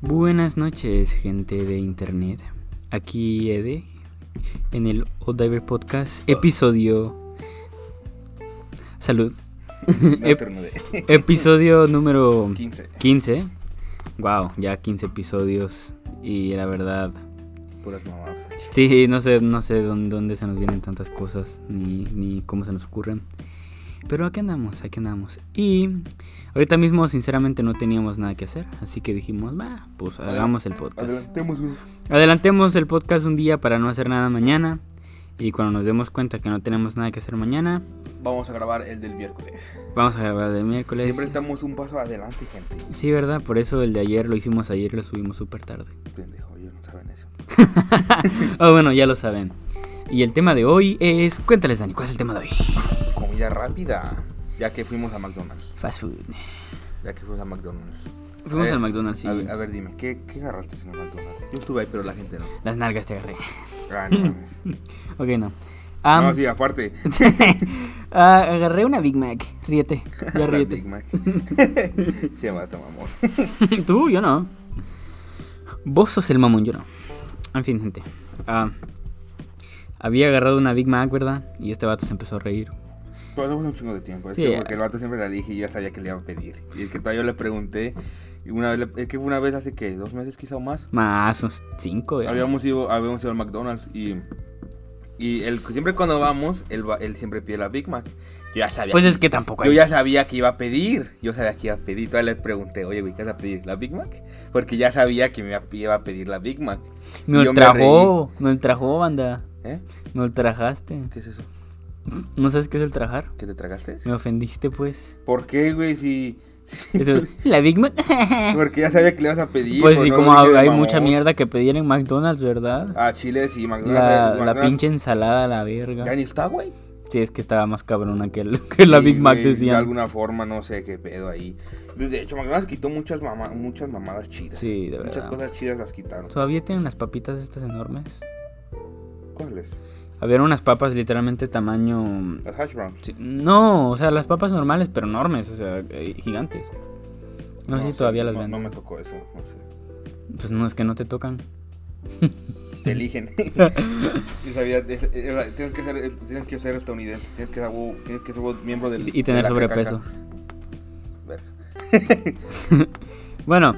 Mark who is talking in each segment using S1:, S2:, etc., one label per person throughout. S1: Buenas noches, gente de internet. Aquí Ede en el Old Diver Podcast, episodio. Salud.
S2: No
S1: Ep-
S2: estornudé.
S1: episodio número
S2: 15.
S1: 15. Wow, ya 15 episodios. Y la verdad,
S2: Puras mamadas.
S1: sí, no sé, no sé dónde, dónde se nos vienen tantas cosas ni, ni cómo se nos ocurren. Pero aquí andamos, aquí andamos. Y ahorita mismo, sinceramente, no teníamos nada que hacer. Así que dijimos, va, pues
S2: Adela-
S1: hagamos el podcast.
S2: Adelantemos. güey.
S1: Adelantemos el podcast un día para no hacer nada mañana. Y cuando nos demos cuenta que no tenemos nada que hacer mañana,
S2: Vamos a grabar el del miércoles.
S1: vamos a grabar el miércoles.
S2: Siempre estamos un paso adelante, gente.
S1: Sí, ¿verdad? Por eso el de ayer lo hicimos ayer, lo subimos súper tarde.
S2: Pendejo, ellos no saben eso.
S1: Ah, bueno, ya lo saben. Y el tema de hoy es... Cuéntales, Dani, ¿cuál es el tema de hoy?
S2: Comida rápida. Ya que fuimos a McDonald's.
S1: Fast food.
S2: Ya que fuimos a McDonald's.
S1: Fuimos
S2: A ver,
S1: al McDonald's y
S2: A ver, a ver, dime, ¿qué, ¿qué agarraste en el McDonald's? Yo estuve ahí, pero la gente no.
S1: las nalgas te agarré.
S2: Ah, no mames.
S1: Ok, no. Am-
S2: no, sí, aparte.
S1: Ah, agarré una Big Mac. Ríete, ya
S2: la
S1: ríete.
S2: Big Mac. Se mata, mamón.
S1: Tú, yo no. Vos sos el mamón, yo no. En fin, gente. Ah, había agarrado una Big Mac, ¿verdad? Y este vato se empezó a reír.
S2: Pasamos Pues, un chingo de tiempo. Es
S1: Sí,
S2: que
S1: ya.
S2: porque el vato siempre la dije y yo ya sabía que le iba a pedir. Y es que todavía yo le pregunté. Y una vez, le- es que una vez hace que dos meses quizá o más.
S1: Más unos cinco. ya.
S2: Habíamos ido, habíamos ido al McDonald's y. Y él, siempre cuando vamos, él, va- él siempre pide la Big Mac. Yo ya sabía.
S1: Pues es que tampoco hay.
S2: Yo ya sabía que iba a pedir. Yo sabía que iba a pedir. Todavía le pregunté, oye, güey, ¿qué vas a pedir? ¿La Big Mac? Porque ya sabía que me iba- iba a pedir la Big Mac.
S1: Me
S2: Y yo reí.
S1: ultrajó, me ultrajó, banda.
S2: ¿Eh?
S1: Me ultrajaste.
S2: ¿Qué es eso?
S1: ¿No sabes qué es ultrajar?
S2: ¿Qué te tragaste?
S1: Me ofendiste, pues.
S2: ¿Por qué, güey? Si. si-
S1: Eso, la Big Mac.
S2: Porque ya sabía que le ibas a pedir.
S1: pues sí,
S2: no
S1: como
S2: lo dije de
S1: hay
S2: mamón.
S1: mucha mierda que pedir en McDonald's, ¿verdad?
S2: Ah, Chile, sí, McDonald's.
S1: La, la
S2: McDonald's.
S1: pinche ensalada, la verga.
S2: Ya ni está, güey.
S1: Sí, es que estaba más cabrona que, el- que la
S2: Sí,
S1: Big Mac,
S2: güey, De
S1: decían.
S2: alguna forma, no sé qué pedo ahí. De hecho, McDonald's quitó muchas, mama- muchas mamadas chidas.
S1: Sí, de
S2: Muchas
S1: verdad.
S2: cosas chidas las quitaron.
S1: Todavía tienen las papitas estas enormes.
S2: ¿Cuáles?
S1: Había unas papas literalmente tamaño...
S2: Las hash browns.
S1: sí, No, o sea, las papas normales, pero enormes, o sea, eh, gigantes. No, sé si
S2: sé,
S1: todavía las
S2: no-
S1: venden.
S2: No me tocó eso, no sé.
S1: Pues no, es que no te tocan.
S2: Te eligen. Yo sabía, es- es- tienes, que ser, es- tienes que ser estadounidense, tienes que ser, wow, tienes que ser wow, miembro del...
S1: Y, y
S2: de
S1: tener
S2: la
S1: sobrepeso.
S2: KKK. Verga.
S1: Bueno,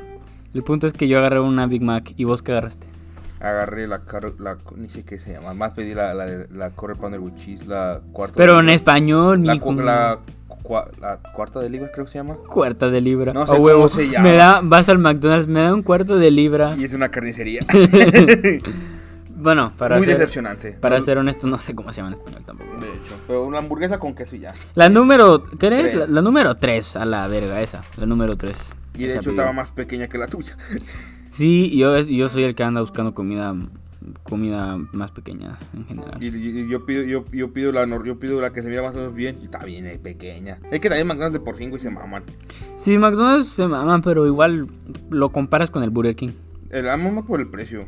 S1: el punto es que yo agarré una Big Mac y vos qué agarraste.
S2: Pues Agarré la, car- la... ni sé qué se llama, más pedí la, la, de- la Corre Pounder with Cheese, la cuarta...
S1: Pero
S2: de
S1: en este
S2: libra.
S1: español,
S2: La,
S1: mijo.
S2: cu- la, cua- la cuarta de libra creo que se llama.
S1: Cuarta de libra.
S2: No sé
S1: Oh,
S2: cómo
S1: huevo.
S2: se llama.
S1: Me da, vas al McDonald's, me da un cuarto de libra.
S2: Y es una carnicería.
S1: Bueno, para
S2: Muy
S1: ser,
S2: decepcionante.
S1: para
S2: No-
S1: ser honesto, no sé cómo se llama en español tampoco.
S2: De hecho, pero una hamburguesa con queso y ya.
S1: La número, ¿qué eres?
S2: Tres.
S1: La, la número 3, a la verga, esa, la número 3.
S2: Y de hecho estaba más pequeña que la tuya.
S1: Sí, yo, es- yo soy el que anda buscando comida comida más pequeña en general.
S2: Y, y- y yo pido yo, yo pido la nor- yo pido la que se mira más o menos bien y está bien eh, pequeña. Es que también McDonald's de por cinco y se maman.
S1: Sí, McDonald's se maman, pero igual lo comparas con el Burger King.
S2: El amo por el precio.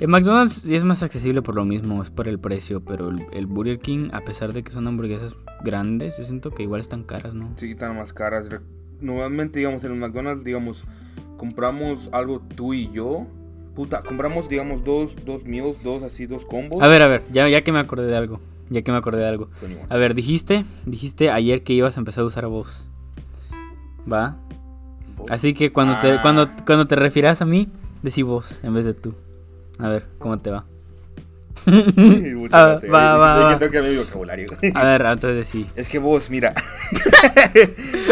S1: El McDonald's sí es más accesible por lo mismo, es por el precio, pero el, el Burger King, a pesar de que son hamburguesas grandes, yo siento que igual están caras, ¿no?
S2: Sí, están más caras. Re- Normalmente, digamos, en un McDonald's, digamos, compramos algo tú y yo. Puta, compramos, digamos, dos, dos meals, dos así, dos combos.
S1: A ver, a ver, ya, ya que me acordé de algo, ya que me acordé de algo. A ver, dijiste, dijiste ayer que ibas a empezar a usar voz. ¿Va? Así que cuando te
S2: Ah.
S1: cuando, cuando te refieras a mí, decí vos en vez de tú. A ver, ¿cómo te va?
S2: va,
S1: Ah, va, va, va.
S2: que tengo que abrir mi vocabulario.
S1: A ver, entonces decí.
S2: Es que vos, mira.
S1: A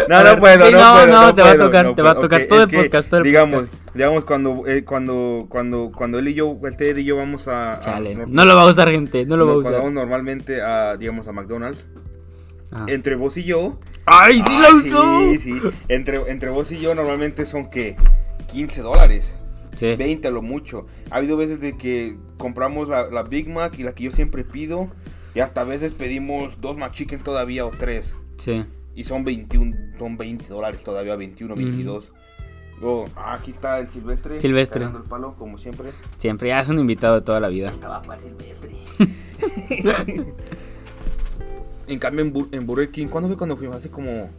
S2: no,
S1: ver,
S2: no puedo,
S1: sí,
S2: no,
S1: no,
S2: puedo,
S1: no, te va a
S2: puedo,
S1: tocar,
S2: no
S1: te va a
S2: puedo.
S1: tocar
S2: Ok,
S1: todo
S2: es
S1: el
S2: que,
S1: podcast, todo el
S2: digamos, digamos cuando, eh, cuando, cuando, cuando él y yo, este Ed y yo vamos a, a-
S1: Chale,
S2: nor-
S1: no lo va a usar gente, no lo va a
S2: no,
S1: usar.
S2: cuando vamos normalmente a, digamos, a McDonald's.
S1: Ajá.
S2: Entre vos y yo.
S1: Ay, sí
S2: Ah,
S1: lo usó.
S2: Sí, sí. Entre, entre vos y yo normalmente son que 15 dólares.
S1: Sí.
S2: 20 a lo mucho. Ha habido veces de que compramos la, la Big Mac y la que yo siempre pido. Y hasta a veces pedimos dos McChickens todavía o tres.
S1: Sí.
S2: Y son 21, son 20 dólares todavía, 21, 22. Oh, ah, aquí está el silvestre.
S1: Silvestre.
S2: cargando el palo, como siempre.
S1: Siempre ya es un invitado de toda la vida.
S2: Estaba para silvestre. en cambio, en, Bur- en Burger King, ¿cuándo fue cuando fuimos? Hace como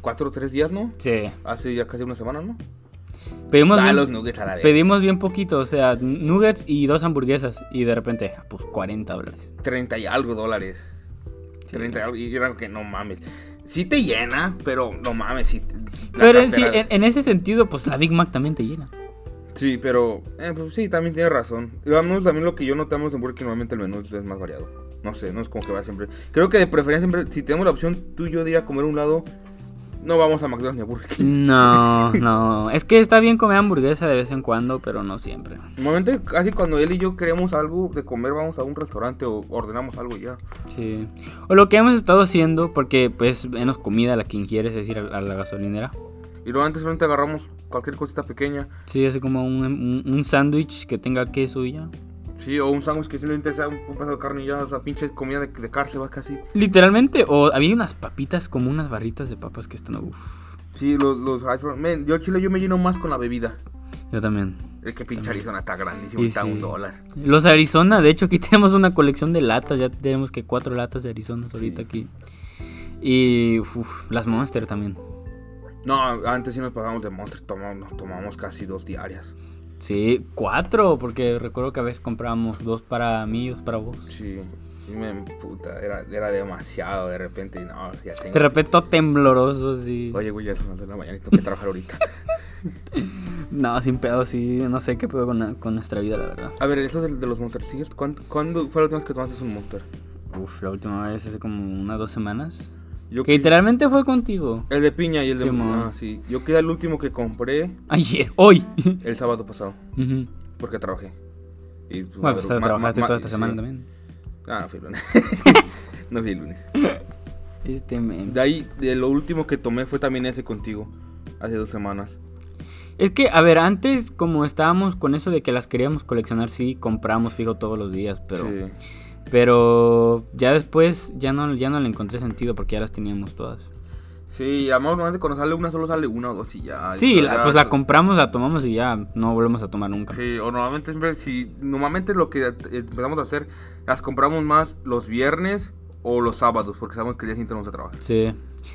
S2: 4 o 3 días, ¿no?
S1: Sí.
S2: Hace ya casi una semana, ¿no?
S1: Pedimos,
S2: Da
S1: bien,
S2: los nuggets a la vez.
S1: pedimos bien poquito, o sea, nuggets y dos hamburguesas. Y de repente, ah, pues 40 dólares.
S2: 30 y algo dólares. 30 y algo. Y yo era que no mames. Sí te llena, pero no mames. Sí, la
S1: Pero en, sí,
S2: cartera-
S1: en, en ese sentido, pues la Big Mac también te llena.
S2: Sí, pero. eh, pues sí, también tiene razón. Y Vamos, también lo que yo notamos en Burger King, normalmente el menú es más variado. No sé, no es como que va siempre. Creo que de preferencia, siempre, si tenemos la opción, tú y yo de ir a comer a un lado, no vamos a McDonald's ni a Burger
S1: Mm.
S2: King.
S1: No, no. Es que está bien comer hamburguesa de vez en cuando, pero no siempre.
S2: Normalmente, casi cuando él y yo queremos algo de comer, vamos a un restaurante o ordenamos algo y ya.
S1: Sí. O lo que hemos estado haciendo, porque pues menos comida la que ingieres, es ir a, a la gasolinera.
S2: Y luego antes solamente agarramos cualquier cosita pequeña.
S1: Sí, así como un, un, un sándwich que tenga queso y ya.
S2: Sí, o un sándwich que simplemente sea un, un pedazo de carne y ya, o sea, pinche comida de, de cárcel, va casi.
S1: Literalmente, o había unas papitas como unas barritas de papas que están. Uf,
S2: Sí, los, los hash brown- Men, yo al chile yo me lleno más con la bebida.
S1: yo también.
S2: Es que pinche Arizona está grandísimo,
S1: Sí,
S2: está a
S1: sí.
S2: un dólar.
S1: Los Arizona, de hecho, aquí tenemos una colección de latas. Ya tenemos que cuatro latas de Arizona ahorita
S2: Sí.
S1: aquí. Y uf, las Monster también.
S2: No, antes sí nos pasábamos de monster, tomamos, nos tomamos casi dos diarias.
S1: Sí, cuatro, porque recuerdo que a veces comprábamos dos para mí y dos para vos.
S2: Sí, y me puta, era, era demasiado de repente. y No, ya tengo.
S1: De repente todo tembloroso, sí.
S2: Oye, güey, ya son las de la mañana y tengo que trabajar ahorita.
S1: No, sin pedo, sí. No sé qué pedo con, con nuestra vida, la verdad.
S2: A ver, eso de, de los monsters, ¿sigues? ¿Cuándo, cuándo fue la última vez que tomaste un monster?
S1: Uf, la última vez hace como unas dos semanas.
S2: Yo
S1: Que
S2: que-
S1: literalmente fue contigo.
S2: El de piña y el de.
S1: Sí, mo.
S2: ah, sí. Yo que era el último que compré
S1: Ayer, hoy.
S2: el sábado pasado.
S1: Ujú.
S2: Porque trabajé. Y, pues,
S1: Bueno, pues
S2: madru- ma-
S1: trabajaste
S2: ma-
S1: toda esta
S2: sí.
S1: semana también.
S2: Ah, no fui el lunes. no fui el lunes.
S1: Este men.
S2: De ahí, de lo último que tomé fue también ese contigo. Hace dos semanas.
S1: Es que, a ver, antes, como estábamos con eso de que las queríamos coleccionar, sí, compramos fijo todos los días, pero.
S2: Sí.
S1: Pero ya después ya no, ya no le encontré sentido porque ya las teníamos todas.
S2: Sí, además normalmente cuando sale una solo sale una o dos y ya.
S1: Sí,
S2: Y
S1: la-
S2: ya-
S1: pues la compramos, la tomamos y ya no volvemos a tomar nunca.
S2: Sí, o normalmente siempre, si normalmente lo que eh, empezamos a hacer, las compramos más los viernes o los sábados, porque sabemos que el día siguiente vamos a trabajar.
S1: Sí.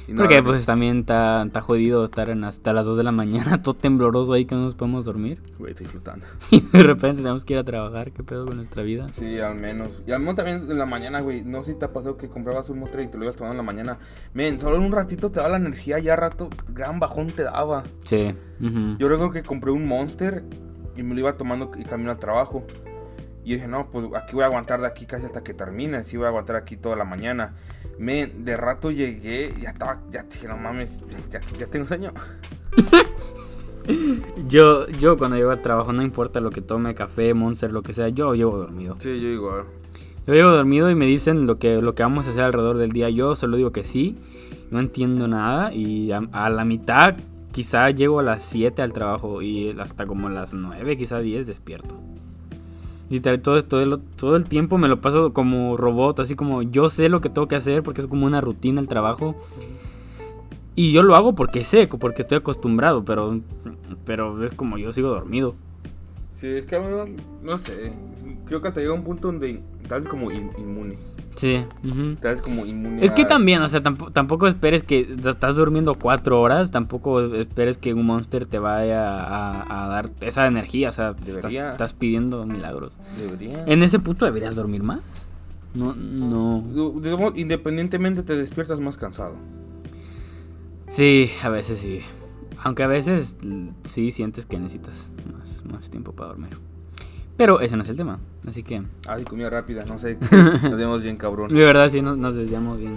S2: Y
S1: Porque
S2: normalmente-
S1: pues también está está jodido estar en hasta las 2 de la mañana, todo tembloroso ahí que no nos podemos dormir.
S2: Güey, estoy flotando.
S1: Y de repente tenemos que ir a trabajar, qué pedo con nuestra vida.
S2: Sí, al menos. Y al menos también en la mañana, güey. No sé si te ha pasado que comprabas un monster y te lo ibas tomando en la mañana. Men, solo en un ratito te daba la energía, ya rato, gran bajón te daba.
S1: Sí. ujú.
S2: Yo recuerdo que compré un monster y me lo iba tomando y camino al trabajo. Y dije, no, pues aquí voy a aguantar de aquí casi hasta que termine. Sí, voy a aguantar aquí toda la mañana. Men, de rato llegué, ya estaba, ya dije, no mames, ya, ya tengo sueño.
S1: Yo, yo cuando llego al trabajo, no importa lo que tome, café, monster, lo que sea, yo llevo dormido.
S2: Sí, yo igual.
S1: Yo llevo dormido y me dicen lo que, lo que vamos a hacer alrededor del día. Yo solo digo que sí, no entiendo nada y a, a la mitad quizá llego a las 7 al trabajo y hasta como las 9, quizá 10 despierto. Y tal, todo, todo, el- todo el tiempo me lo paso como robot, así como yo sé lo que tengo que hacer porque es como una rutina el trabajo. Y yo lo hago porque sé, porque estoy acostumbrado, pero, pero es como yo sigo dormido.
S2: Sí, es que no, no sé. Creo que hasta llega un punto donde te haces como in- inmune.
S1: Sí. ujú.
S2: Te haces como inmune.
S1: Es que
S2: a-
S1: también, o sea, tampo- tampoco, esperes que te estás durmiendo cuatro horas, tampoco esperes que un monster te vaya a, a dar esa energía, o sea, estás,
S2: Debería.
S1: estás pidiendo milagros.
S2: Debería.
S1: En ese punto deberías dormir más. No, no.
S2: Digamos, independientemente te despiertas más cansado.
S1: Sí, a veces sí. Aunque a veces l- sí sientes que necesitas más, más tiempo para dormir. Pero ese no es el tema, así que
S2: Así comida rápida, no sé. Nos vemos bien cabrón.
S1: de verdad sí nos, nos desviamos bien,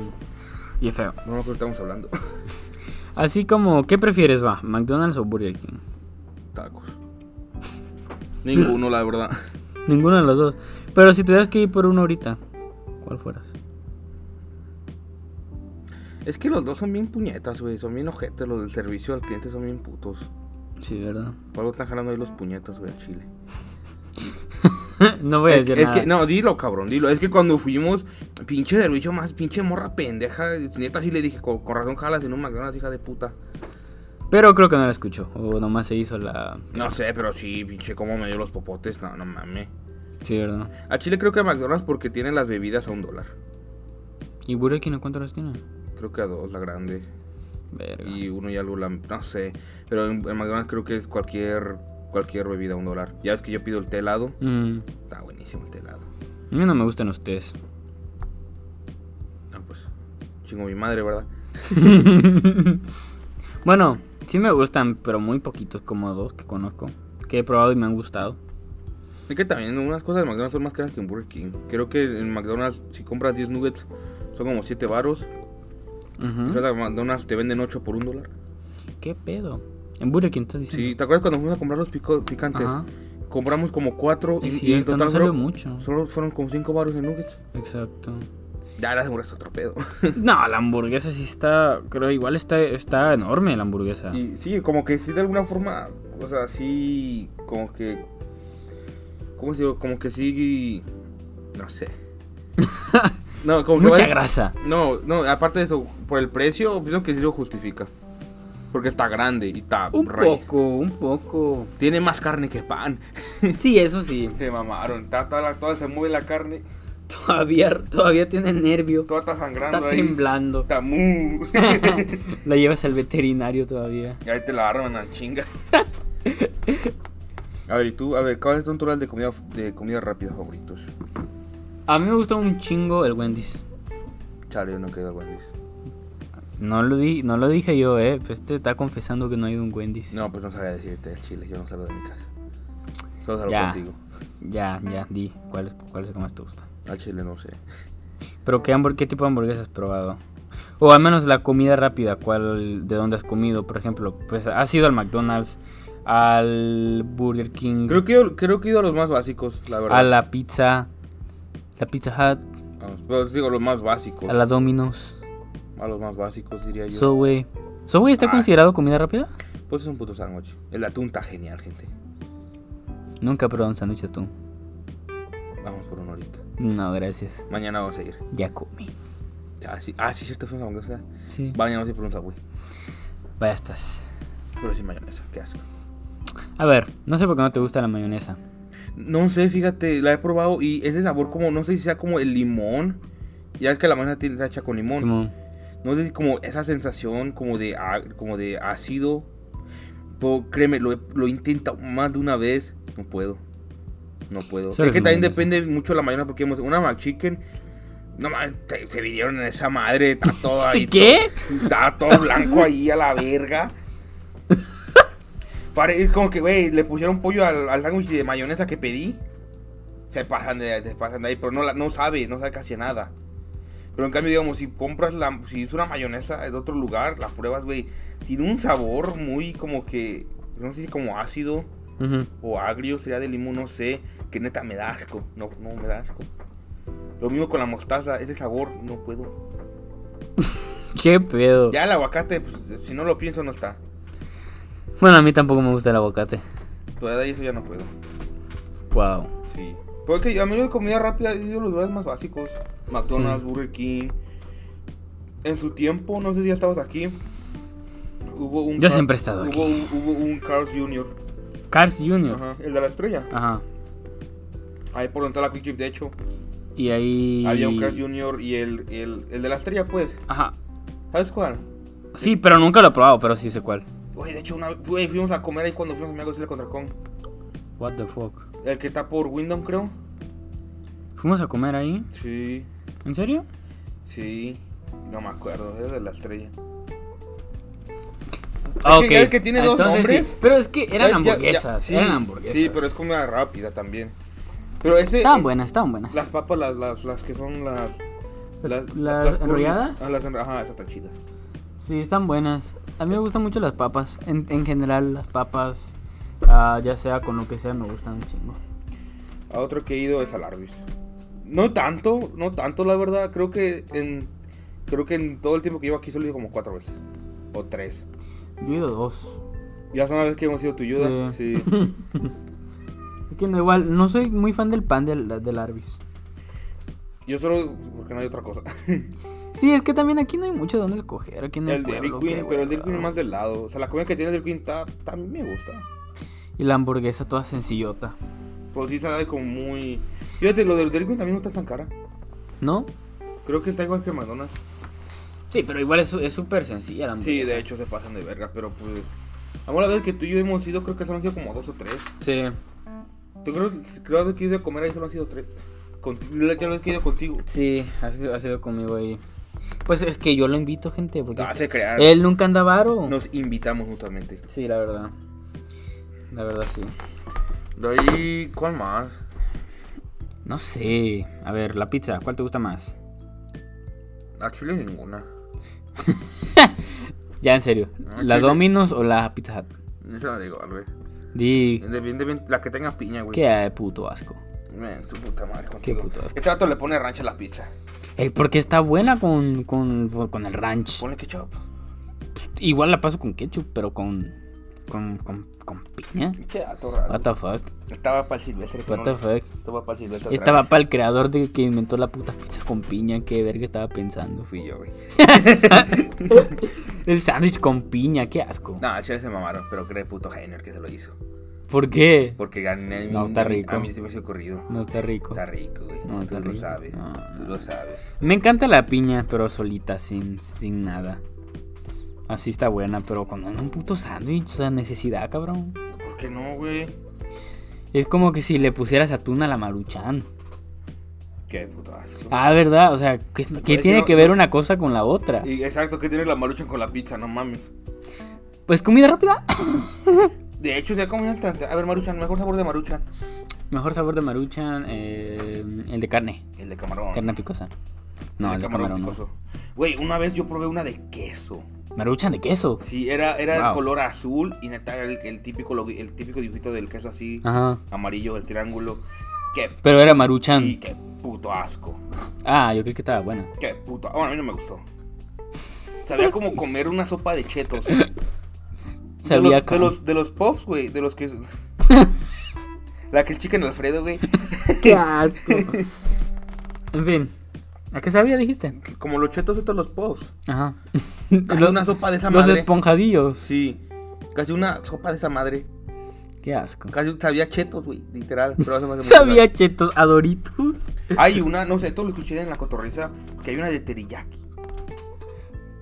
S1: bien feo.
S2: No me acuerdo qué estamos hablando.
S1: Así como, ¿qué prefieres, va? ¿McDonald's o Burger King?
S2: Tacos. Ninguno, la verdad.
S1: Ninguno de los dos. Pero si tuvieras que ir por uno ahorita, ¿cuál fueras?
S2: Es que los dos son bien puñetas, güey. Son bien ojetes. Los del servicio al cliente son bien putos.
S1: Sí, ¿verdad?
S2: Por algo están jalando ahí los puñetas, güey, al chile.
S1: no voy a
S2: es,
S1: decir
S2: es
S1: nada.
S2: que, no, dilo, cabrón, dilo. Es que cuando fuimos, pinche servicio más, pinche morra pendeja. Neta, sí le dije, con, con razón jalas en un McDonald's, hija de puta.
S1: Pero creo que no la escuchó. O nomás se hizo la...
S2: No sé, pero sí, pinche, cómo me dio los popotes. No, no mames.
S1: Sí, ¿verdad?
S2: A Chile creo que a McDonald's porque tiene las bebidas a un dólar.
S1: ¿Y Burger King a cuánto los tiene?
S2: Creo que a dos, la grande.
S1: Verga.
S2: Y uno ya lo lam- No sé. Pero en, en McDonald's creo que es cualquier cualquier bebida un dólar. Ya ves que yo pido el té helado.
S1: Mm,
S2: Está buenísimo el té helado.
S1: a mí no me gustan ustedes. Ah,
S2: No, pues. Chingo mi madre, ¿verdad?
S1: Bueno, sí me gustan, pero muy poquitos, como dos que conozco, que he probado y me han gustado.
S2: Es que también unas cosas de McDonald's son más caras que en Burger King. Creo que en McDonald's, si compras 10 nuggets, son como 7 baros.
S1: Ujú.
S2: En McDonald's te venden 8 por 1 dólar.
S1: ¿Qué pedo? En Burger King estás diciendo.
S2: Sí, ¿te acuerdas cuando fuimos a comprar los pico- picantes?
S1: Ajá.
S2: Compramos como 4 y,
S1: Es
S2: y en
S1: cierto, no
S2: total
S1: salió
S2: solo,
S1: mucho.
S2: solo fueron como 5 baros en nuggets.
S1: Exacto.
S2: Ya las hamburguesas otro pedo.
S1: No, la hamburguesa sí está, creo igual está, está enorme la hamburguesa.
S2: Y sí, como que sí de alguna forma, o sea, sí, como que, ¿cómo se digo? Como que sí, no sé. No, como que
S1: Mucha
S2: vale-
S1: grasa.
S2: No, no, aparte de eso, por el precio, pienso que sí lo justifica. Porque está grande y está
S1: Un
S2: rey.
S1: poco, un poco.
S2: Tiene más carne que pan.
S1: Sí, eso sí.
S2: Se mamaron, está toda, la- toda se mueve la carne,
S1: Todavía, todavía tiene nervio.
S2: toda está sangrando
S1: Está
S2: ahí.
S1: temblando.
S2: Está mu.
S1: La llevas al veterinario todavía.
S2: Y ahí te la arman a chinga. A ver, ¿y tú? A ver, ¿cuál es tu tutorial de comida, de comida rápida favoritos?
S1: A mí me gusta un chingo el Wendy's.
S2: Chale, yo no quedo al Wendy's.
S1: No lo, di, no lo dije yo, eh. Pues te está confesando que no ha ido a un Wendy's.
S2: No, pues no sabría decirte el chile, yo no salgo de mi casa. Solo salgo
S1: Ya.
S2: contigo.
S1: Ya, ya, di. ¿Cuál, es- cuál es el que más te gusta?
S2: Al chile no sé.
S1: Pero ¿qué, hambur- qué tipo de hamburguesas has probado? O al menos la comida rápida, ¿cuál, de dónde has comido? Por ejemplo, pues has ido al McDonald's, al Burger King,
S2: Creo que, creo que he ido a los más básicos, la verdad.
S1: a la pizza, la Pizza Hut,
S2: Vamos, pero digo, los más básicos.
S1: a la Domino's,
S2: A los más básicos, diría yo.
S1: Subway. ¿Subway está
S2: Ah.
S1: considerado comida rápida?
S2: Pues es un puto sándwich. El atún está genial, gente.
S1: Nunca he probado un sándwich de atún.
S2: Vamos por un horita.
S1: No, gracias.
S2: Mañana vamos a ir.
S1: Ya comí.
S2: Ah, sí, ah, sí cierto, fue una hamburguesa.
S1: Sí.
S2: Mañana vamos a ir por un Subway.
S1: Vaya estás.
S2: Pero sin mayonesa, qué asco.
S1: A ver, no sé por qué no te gusta la mayonesa.
S2: No sé, fíjate, la he probado y ese sabor como, no sé si sea como el limón. Ya es que la mayonesa tiene- está hecha con limón.
S1: Simón.
S2: No sé si como esa sensación como de, á- como de ácido. Pero créeme, lo he, lo he intentado más de una vez. No puedo. No puedo.
S1: Eso
S2: es
S1: eres
S2: que también
S1: mayonesa.
S2: depende mucho de la mayonesa porque hemos- una McChicken. No más, se, se vinieron en esa madre, está todo
S1: ¿Sí
S2: ahí.
S1: qué?
S2: Está todo blanco ahí a la verga. Pare- es como que, güey, le pusieron pollo al, al sándwich de mayonesa que pedí. Se pasan de, se pasan de ahí, pero no, la- no sabe, no sabe casi a nada. Pero en cambio, digamos, si compras la, si es una mayonesa de otro lugar, la pruebas, güey, tiene un sabor muy como que, no sé si como ácido
S1: Ujú.
S2: o agrio, sería de limón, no sé, que neta me da asco, no, no me da asco. Lo mismo con la mostaza, ese sabor no puedo.
S1: ¿Qué pedo?
S2: Ya el aguacate, pues, si no lo pienso, no está.
S1: Bueno, a mí tampoco me gusta el aguacate.
S2: Pero de ahí eso ya no puedo.
S1: Wow.
S2: Sí. Porque a mí la comida rápida he ido a los lugares más básicos. McDonald's,
S1: Sí.
S2: Burger King. En su tiempo, no sé si ya estabas aquí. Hubo un
S1: Yo
S2: Car-
S1: siempre he estado
S2: hubo
S1: aquí.
S2: un- hubo un Carl's Jr.
S1: Cars Jr. Ajá.
S2: Ajá, el de la estrella. Ahí por donde está la Quick Trip, de hecho.
S1: Y ahí.
S2: Había un Carl's Jr. y el, el, el de la estrella, pues.
S1: Ajá.
S2: ¿Sabes cuál?
S1: Sí, pero nunca lo he probado, pero sí sé cuál.
S2: Güey, de hecho, una vez güey, fuimos a comer ahí cuando fuimos a Miago Chile contra Kong.
S1: What the fuck.
S2: El que está por Wyndham, creo.
S1: ¿Fuimos a comer ahí?
S2: Sí,
S1: ¿En serio?
S2: sí. No me acuerdo, es de la estrella.
S1: Ah,
S2: que-
S1: ok.
S2: ya ves que tiene dos nombres.
S1: sí, Pero es que eran
S2: Ya- ya- ya,
S1: hamburguesas.
S2: sí,
S1: eran hamburguesas.
S2: Sí, pero es comida rápida también. Pero ese.
S1: Estaban
S2: eh,
S1: buenas, estaban buenas.
S2: Las papas, las, las, las que son las.
S1: Las- las
S2: curvis.
S1: enrolladas.
S2: Ah, las enro- Ajá, esas tan chidas.
S1: Sí, están buenas. A mí me gustan mucho las papas. En, en general, las papas, ah, ya sea con lo que sea, me gustan un chingo.
S2: A otro que he ido es al Arby's. No tanto, no tanto, la verdad. Creo que en. Creo que en todo el tiempo que llevo aquí solo he ido como cuatro veces. O tres.
S1: Yo he ido dos.
S2: Ya son las veces que hemos ido tu ayuda. Sí.
S1: Es que no, igual, no soy muy fan del pan del, del Arby's.
S2: Yo solo. Porque no hay otra cosa.
S1: Sí, es que también aquí no hay mucho donde escoger. Aquí en el,
S2: el Dairy
S1: pueblo,
S2: Queen,
S1: qué
S2: pero el Dairy Queen
S1: hueva.
S2: es más del lado. O sea, la comida que tiene el Dairy Queen está, también me gusta.
S1: Y la hamburguesa toda sencillota.
S2: Pero sí sale como muy. Fíjate, lo del Dairy Queen también no está tan cara.
S1: ¿No?
S2: Creo que está igual que McDonald's.
S1: Sí, pero igual es su- es súper sencilla la
S2: Sí,
S1: hamburguesa.
S2: de hecho se pasan de verga, pero pues. Amor, la vez que tú y yo hemos ido, creo que solo han sido como dos o tres.
S1: Sí.
S2: Yo creo que cada vez que he ido a comer ahí solo han sido tres. Contigo, la última vez que he ido contigo.
S1: Sí, ha sido, ha sido conmigo ahí. Pues es que yo lo invito, gente, porque
S2: Ah,
S1: este-
S2: se crearon.
S1: él nunca anda varo.
S2: Nos invitamos mutuamente.
S1: Sí, la verdad. La verdad, sí.
S2: De ahí, ¿cuál más?
S1: No sé. A ver, la pizza, ¿cuál te gusta más?
S2: A Chile ninguna.
S1: Ya, en serio.
S2: No,
S1: ¿La
S2: chile.
S1: Domino's o la Pizza Hut?
S2: Eso no digo, güey.
S1: Di,
S2: Depende bien la que tenga piña, güey.
S1: qué hay, puto asco.
S2: Men, tu puta madre contigo.
S1: puto asco.
S2: Este vato le pone ranch a la pizza.
S1: Eh, porque está buena con, con, con el ranch.
S2: Ponle ketchup.
S1: Igual la paso con ketchup, pero con. con, con, con piña.
S2: Che, vato
S1: What
S2: raro.
S1: the fuck?
S2: Estaba para el silvestre.
S1: What
S2: Pues no-
S1: the fuck?
S2: Estaba para el silvestre.
S1: Estaba
S2: gracias.
S1: para el creador de que inventó la puta pizza con piña. Qué verga estaba pensando.
S2: Fui yo, güey.
S1: El sándwich con piña, qué asco.
S2: No, al chile se mamaron, pero cree puto Heiner que se lo hizo.
S1: ¿Por qué?
S2: Porque gané.
S1: No, está rico.
S2: A mí se me ha ocurrido.
S1: No está rico.
S2: Está rico, güey.
S1: No,
S2: Tú
S1: está
S2: lo
S1: rico.
S2: sabes.
S1: No,
S2: Tú
S1: no.
S2: lo sabes.
S1: Me encanta la piña, pero solita, sin, sin nada. Así está buena, pero con un puto sándwich, o sea, necesidad, cabrón.
S2: ¿Por qué no, güey?
S1: Es como que si le pusieras atún a la maruchan.
S2: Qué puto asco.
S1: Ah, ¿verdad? O sea, ¿qué, qué
S2: Pues
S1: tiene
S2: yo-
S1: que ver una cosa con la otra?
S2: Y exacto, ¿qué tiene la maruchan con la pizza? No mames.
S1: Pues comida rápida.
S2: De hecho, se ha comido instante. A ver, maruchan, mejor sabor de maruchan.
S1: Mejor sabor de maruchan, eh, el de carne,
S2: El de camarón.
S1: carne picosa. No,
S2: El
S1: el
S2: de
S1: de camarón. no.
S2: picoso. Güey, una vez yo probé una de queso.
S1: Maruchan de queso.
S2: Sí, era, era
S1: Wow.
S2: el color azul y neta el, el típico logo- el típico dibujito del queso así,
S1: Ajá.
S2: amarillo, el triángulo. Qué
S1: Pero era maruchan.
S2: sí, qué puto asco.
S1: Ah, yo creo que estaba buena.
S2: Qué puto. Bueno, a mí no me gustó. Sabía como comer una sopa de chetos.
S1: Sabía
S2: de los, de
S1: como-
S2: los, de los puffs, güey, de los que la que el chicken Alfredo, güey,
S1: ¡Qué asco! en fin. ¿A qué sabía, dijiste?
S2: como los chetos estos los puffs.
S1: Ajá.
S2: Casi una sopa de esa
S1: los
S2: madre.
S1: esponjadillos.
S2: Sí. Casi una sopa de esa madre.
S1: ¡Qué asco!
S2: Casi sabía chetos, güey, literal, pero hace más de
S1: Sabía chetos, adoritos.
S2: Hay una, no sé, todo lo escuché en la cotorriza, que hay una de teriyaki,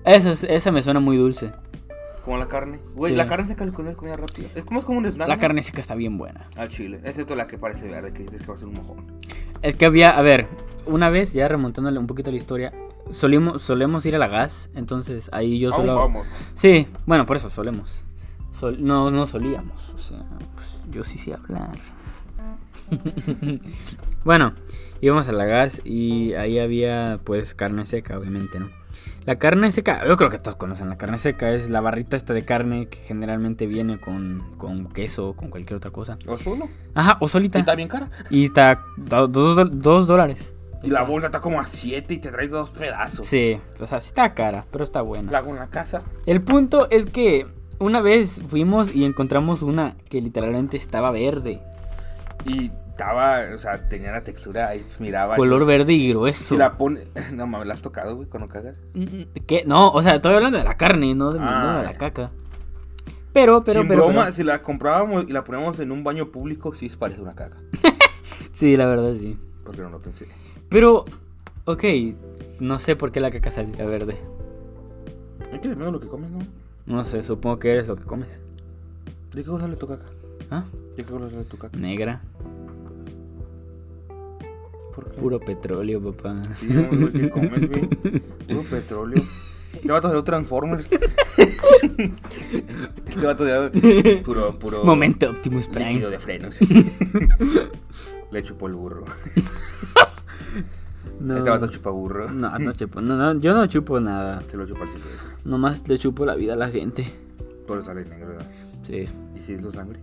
S1: Esa, es- esa me suena muy dulce.
S2: como la carne. Güey,
S1: Sí.
S2: la carne se calcula es comida rápida. Es como, es como un snack.
S1: La
S2: ¿no?
S1: carne seca está bien buena.
S2: Al chile, excepto la que parece verde, que dices que va a ser un mojón.
S1: Es que había, a ver, una vez, ya remontándole un poquito la historia, solimos, solemos ir a la gas, entonces ahí yo
S2: Aún
S1: solo...
S2: vamos.
S1: Sí, bueno, por eso solemos. Sol- no, no solíamos, o sea, pues, yo sí sé hablar. bueno, íbamos a la gas y ahí había pues carne seca, obviamente, ¿no? La carne seca, yo creo que todos conocen la carne seca, es la barrita esta de carne que generalmente viene con, con queso o con cualquier otra cosa.
S2: ¿O solo?
S1: Ajá, o solita.
S2: Y está bien cara.
S1: Y está do- dos, do- dos dólares.
S2: Y la bolsa está como a 7 y te traes dos pedazos.
S1: Sí, o sea, sí está cara, pero está buena.
S2: La hago en la casa.
S1: El punto es que una vez fuimos y encontramos una que literalmente estaba verde.
S2: Y estaba, o sea, tenía la textura ahí, miraba.
S1: color verde y
S2: y
S1: grueso.
S2: si la pone. No mames, la has tocado, güey, cuando cagas.
S1: Mm, ¿Qué? No, o sea, estoy hablando de la carne, no de, mi- no de
S2: Ah.
S1: la caca. Pero, pero,
S2: Sin
S1: pero,
S2: broma,
S1: pero-
S2: si la comprábamos y la poníamos en un baño público, sí parece una caca.
S1: Sí, la verdad sí.
S2: Porque no lo pensé.
S1: Pero, ok, no sé por qué la caca salía verde.
S2: ¿No quieres menos lo que comes, no?
S1: No sé, supongo que eres lo que comes.
S2: ¿De qué cosa le toca caca?
S1: ¿Ah?
S2: ¿De qué color es tu caca?
S1: Negra,
S2: ¿Por qué?
S1: puro petróleo, papá.
S2: Sí, no, güey, ¿qué comes, güey? Puro petróleo. Este vato de Transformers. este vato de puro, puro.
S1: Momento Optimus Prime.
S2: Líquido de frenos. Le chupó el burro.
S1: No.
S2: Este vato chupa burro.
S1: No, no chupo. No, no, yo no chupo nada.
S2: Se lo chupa el silvestre.
S1: Nomás le chupo la vida a la gente.
S2: Todo sale negro, ¿verdad?
S1: Sí.
S2: ¿Y si es lo sangre?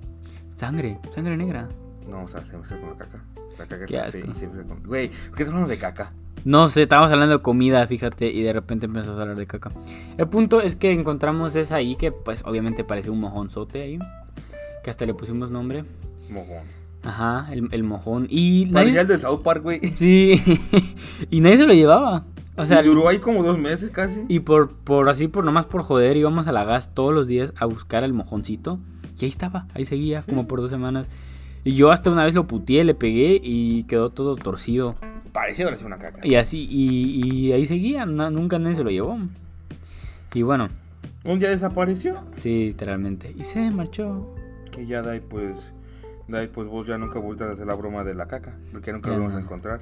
S1: Sangre, sangre negra.
S2: No, o sea, se mezcla con la caca. La caca
S1: Qué
S2: se,
S1: asco.
S2: se mezcla con. Güey, ¿por qué hablando de caca?
S1: No sé, estábamos hablando de comida, fíjate, y de repente empezamos a hablar de caca. El punto es que encontramos esa ahí que, pues, obviamente parece un mojonzote ahí. Que hasta le pusimos nombre.
S2: Mojón.
S1: Ajá, el, el mojón. Y
S2: Parecía
S1: nadie...
S2: el de South Park, güey.
S1: Sí. y nadie se lo llevaba. O sea,
S2: y duró ahí como dos meses casi.
S1: y por, por así, por nomás por joder, íbamos a la gas todos los días a buscar el mojoncito. Y ahí estaba, ahí seguía, como por dos semanas. Y yo hasta una vez lo puteé, le pegué y quedó todo torcido.
S2: Parecía haber sido una caca.
S1: Y así, y, y ahí seguía, na- nunca nadie se lo llevó. Y bueno,
S2: Un día desapareció.
S1: sí, literalmente. Y se marchó.
S2: Y ya de ahí pues. De ahí pues vos ya nunca volviste a hacer la broma de la caca. Porque nunca
S1: Ya
S2: volvimos a
S1: no.
S2: encontrar.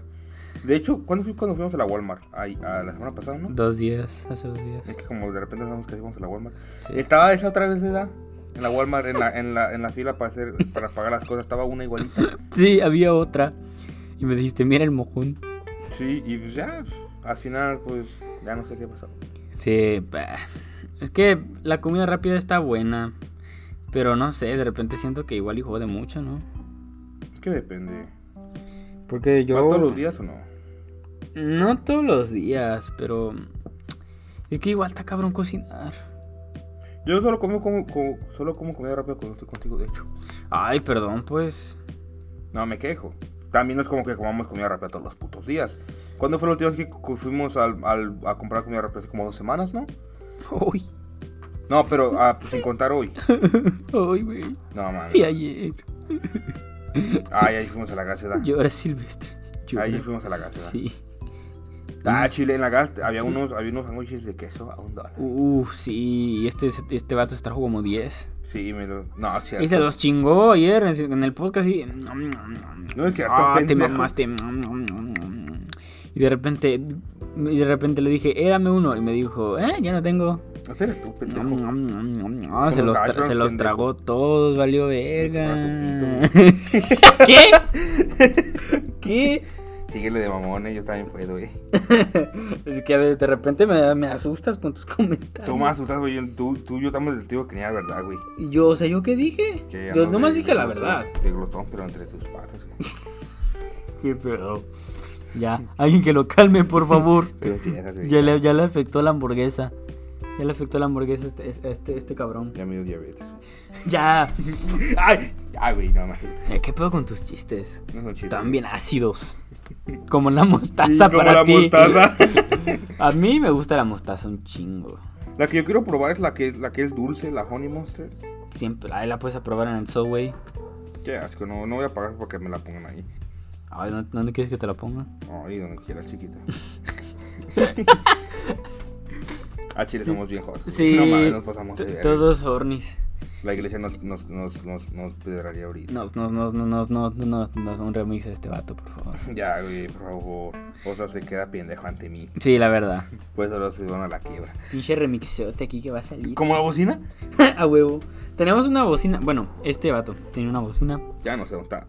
S2: De hecho, ¿cuándo fui cuando fuimos a la Walmart? Ay, a la semana pasada, ¿no?
S1: Dos días, hace dos días.
S2: Es que como de repente nos damos que íbamos a la Walmart.
S1: Sí.
S2: Estaba esa otra vez de edad. En la Walmart, en la, en la, en la fila para hacer, para pagar las cosas, estaba una igualita.
S1: Sí, había otra. Y me dijiste, mira el mojón.
S2: Sí, y pues ya, al final, pues, ya no sé qué pasó.
S1: Sí, bah. es que la comida rápida está buena. Pero no sé, de repente siento que igual y jode mucho, ¿no?
S2: Que depende.
S1: Porque yo...
S2: ¿Vas todos los días o no?
S1: No todos los días, pero... Es que igual está cabrón cocinar.
S2: Yo solo como, como, como- solo como comida rápida cuando estoy contigo, de hecho.
S1: Ay, perdón, pues...
S2: No me quejo. También no es como que comamos comida rápida todos los putos días. ¿Cuándo fue la última vez que cu- fuimos al, al- a comprar comida rápida? Hace como dos semanas, ¿no?
S1: Uy,
S2: No, pero ah, sin contar hoy.
S1: uy, güey.
S2: No,
S1: Y
S2: mames.
S1: ayer.
S2: Ay, ahí fuimos a la gaseda.
S1: Llora silvestre. Llora.
S2: Ahí fuimos a la gaseda.
S1: Sí.
S2: Ah, Chile, en la gas había unos, había unos sándwiches de queso a un dólar.
S1: Uf, sí. y Este, este vato se trajo como 10.
S2: Sí, me lo... No, es
S1: Y se
S2: cierto.
S1: los chingó ayer en en el podcast y...
S2: No es cierto,
S1: Ah, te
S2: pendejo.
S1: mamaste. Y de repente... Y de repente le dije, eh, dame uno. Y me dijo, eh, ya no tengo.
S2: No seas estúpido. pendejo.
S1: Ah, se
S2: Como
S1: los, tra-
S2: gacho,
S1: se los
S2: pendejo.
S1: tragó todos, valió
S2: Ahora
S1: verga.
S2: tu
S1: ¿Qué? ¿Qué?
S2: Síguele de mamones, yo también puedo, eh.
S1: Es que de repente me, me asustas con tus comentarios.
S2: Tú me asustas, güey. yo- Tú, tú y yo estamos del testigo que ni era verdad, güey.
S1: Y Yo, o sea, ¿yo qué dije?
S2: Que
S1: yo
S2: andas
S1: nomás
S2: de-
S1: dije la
S2: de glotón-
S1: verdad.
S2: De glotón, pero entre tus patas, güey.
S1: Qué pedo. Ya, alguien que lo calme, por favor.
S2: Pero piensas, güey.
S1: ya, le, ya le afectó la hamburguesa. Ya le afectó la hamburguesa a este, a este, a este cabrón.
S2: Ya me dio diabetes.
S1: Ya.
S2: ¡Ay! ¡Ay, güey! No más.
S1: Mira, ¿Qué pedo con tus chistes?
S2: No son chistes.
S1: Están bien ácidos. Como la mostaza
S2: Sí, como
S1: para
S2: la
S1: ti.
S2: mostaza.
S1: A mí me gusta la mostaza un chingo.
S2: la que yo quiero probar es la que, la que es dulce, la Honey Monster.
S1: Siempre ahí la puedes aprobar en el Subway.
S2: Qué asco, no, no voy a pagar porque me la pongan ahí.
S1: Ay, ¿dó- ¿dónde quieres que te la ponga?
S2: Ahí donde quieras, chiquita. A Ah, Chile somos bien jodos. güey.
S1: Sí.
S2: No mames, nos pasamos de
S1: t-
S2: verga.
S1: Todos hornis.
S2: La iglesia nos, nos, nos, nos, nos pedraría ahorita.
S1: No, no, no, no, no, no, no, no, un remix a este vato, por favor.
S2: Ya, güey, por favor. O sea, se queda pendejo ante mí.
S1: Sí, la verdad.
S2: Pues ahora se van a la quiebra.
S1: Pinche remixote aquí que va a salir.
S2: ¿Como la bocina?
S1: a huevo. Tenemos una bocina. Bueno, este vato tenía una bocina.
S2: Ya no sé dónde está.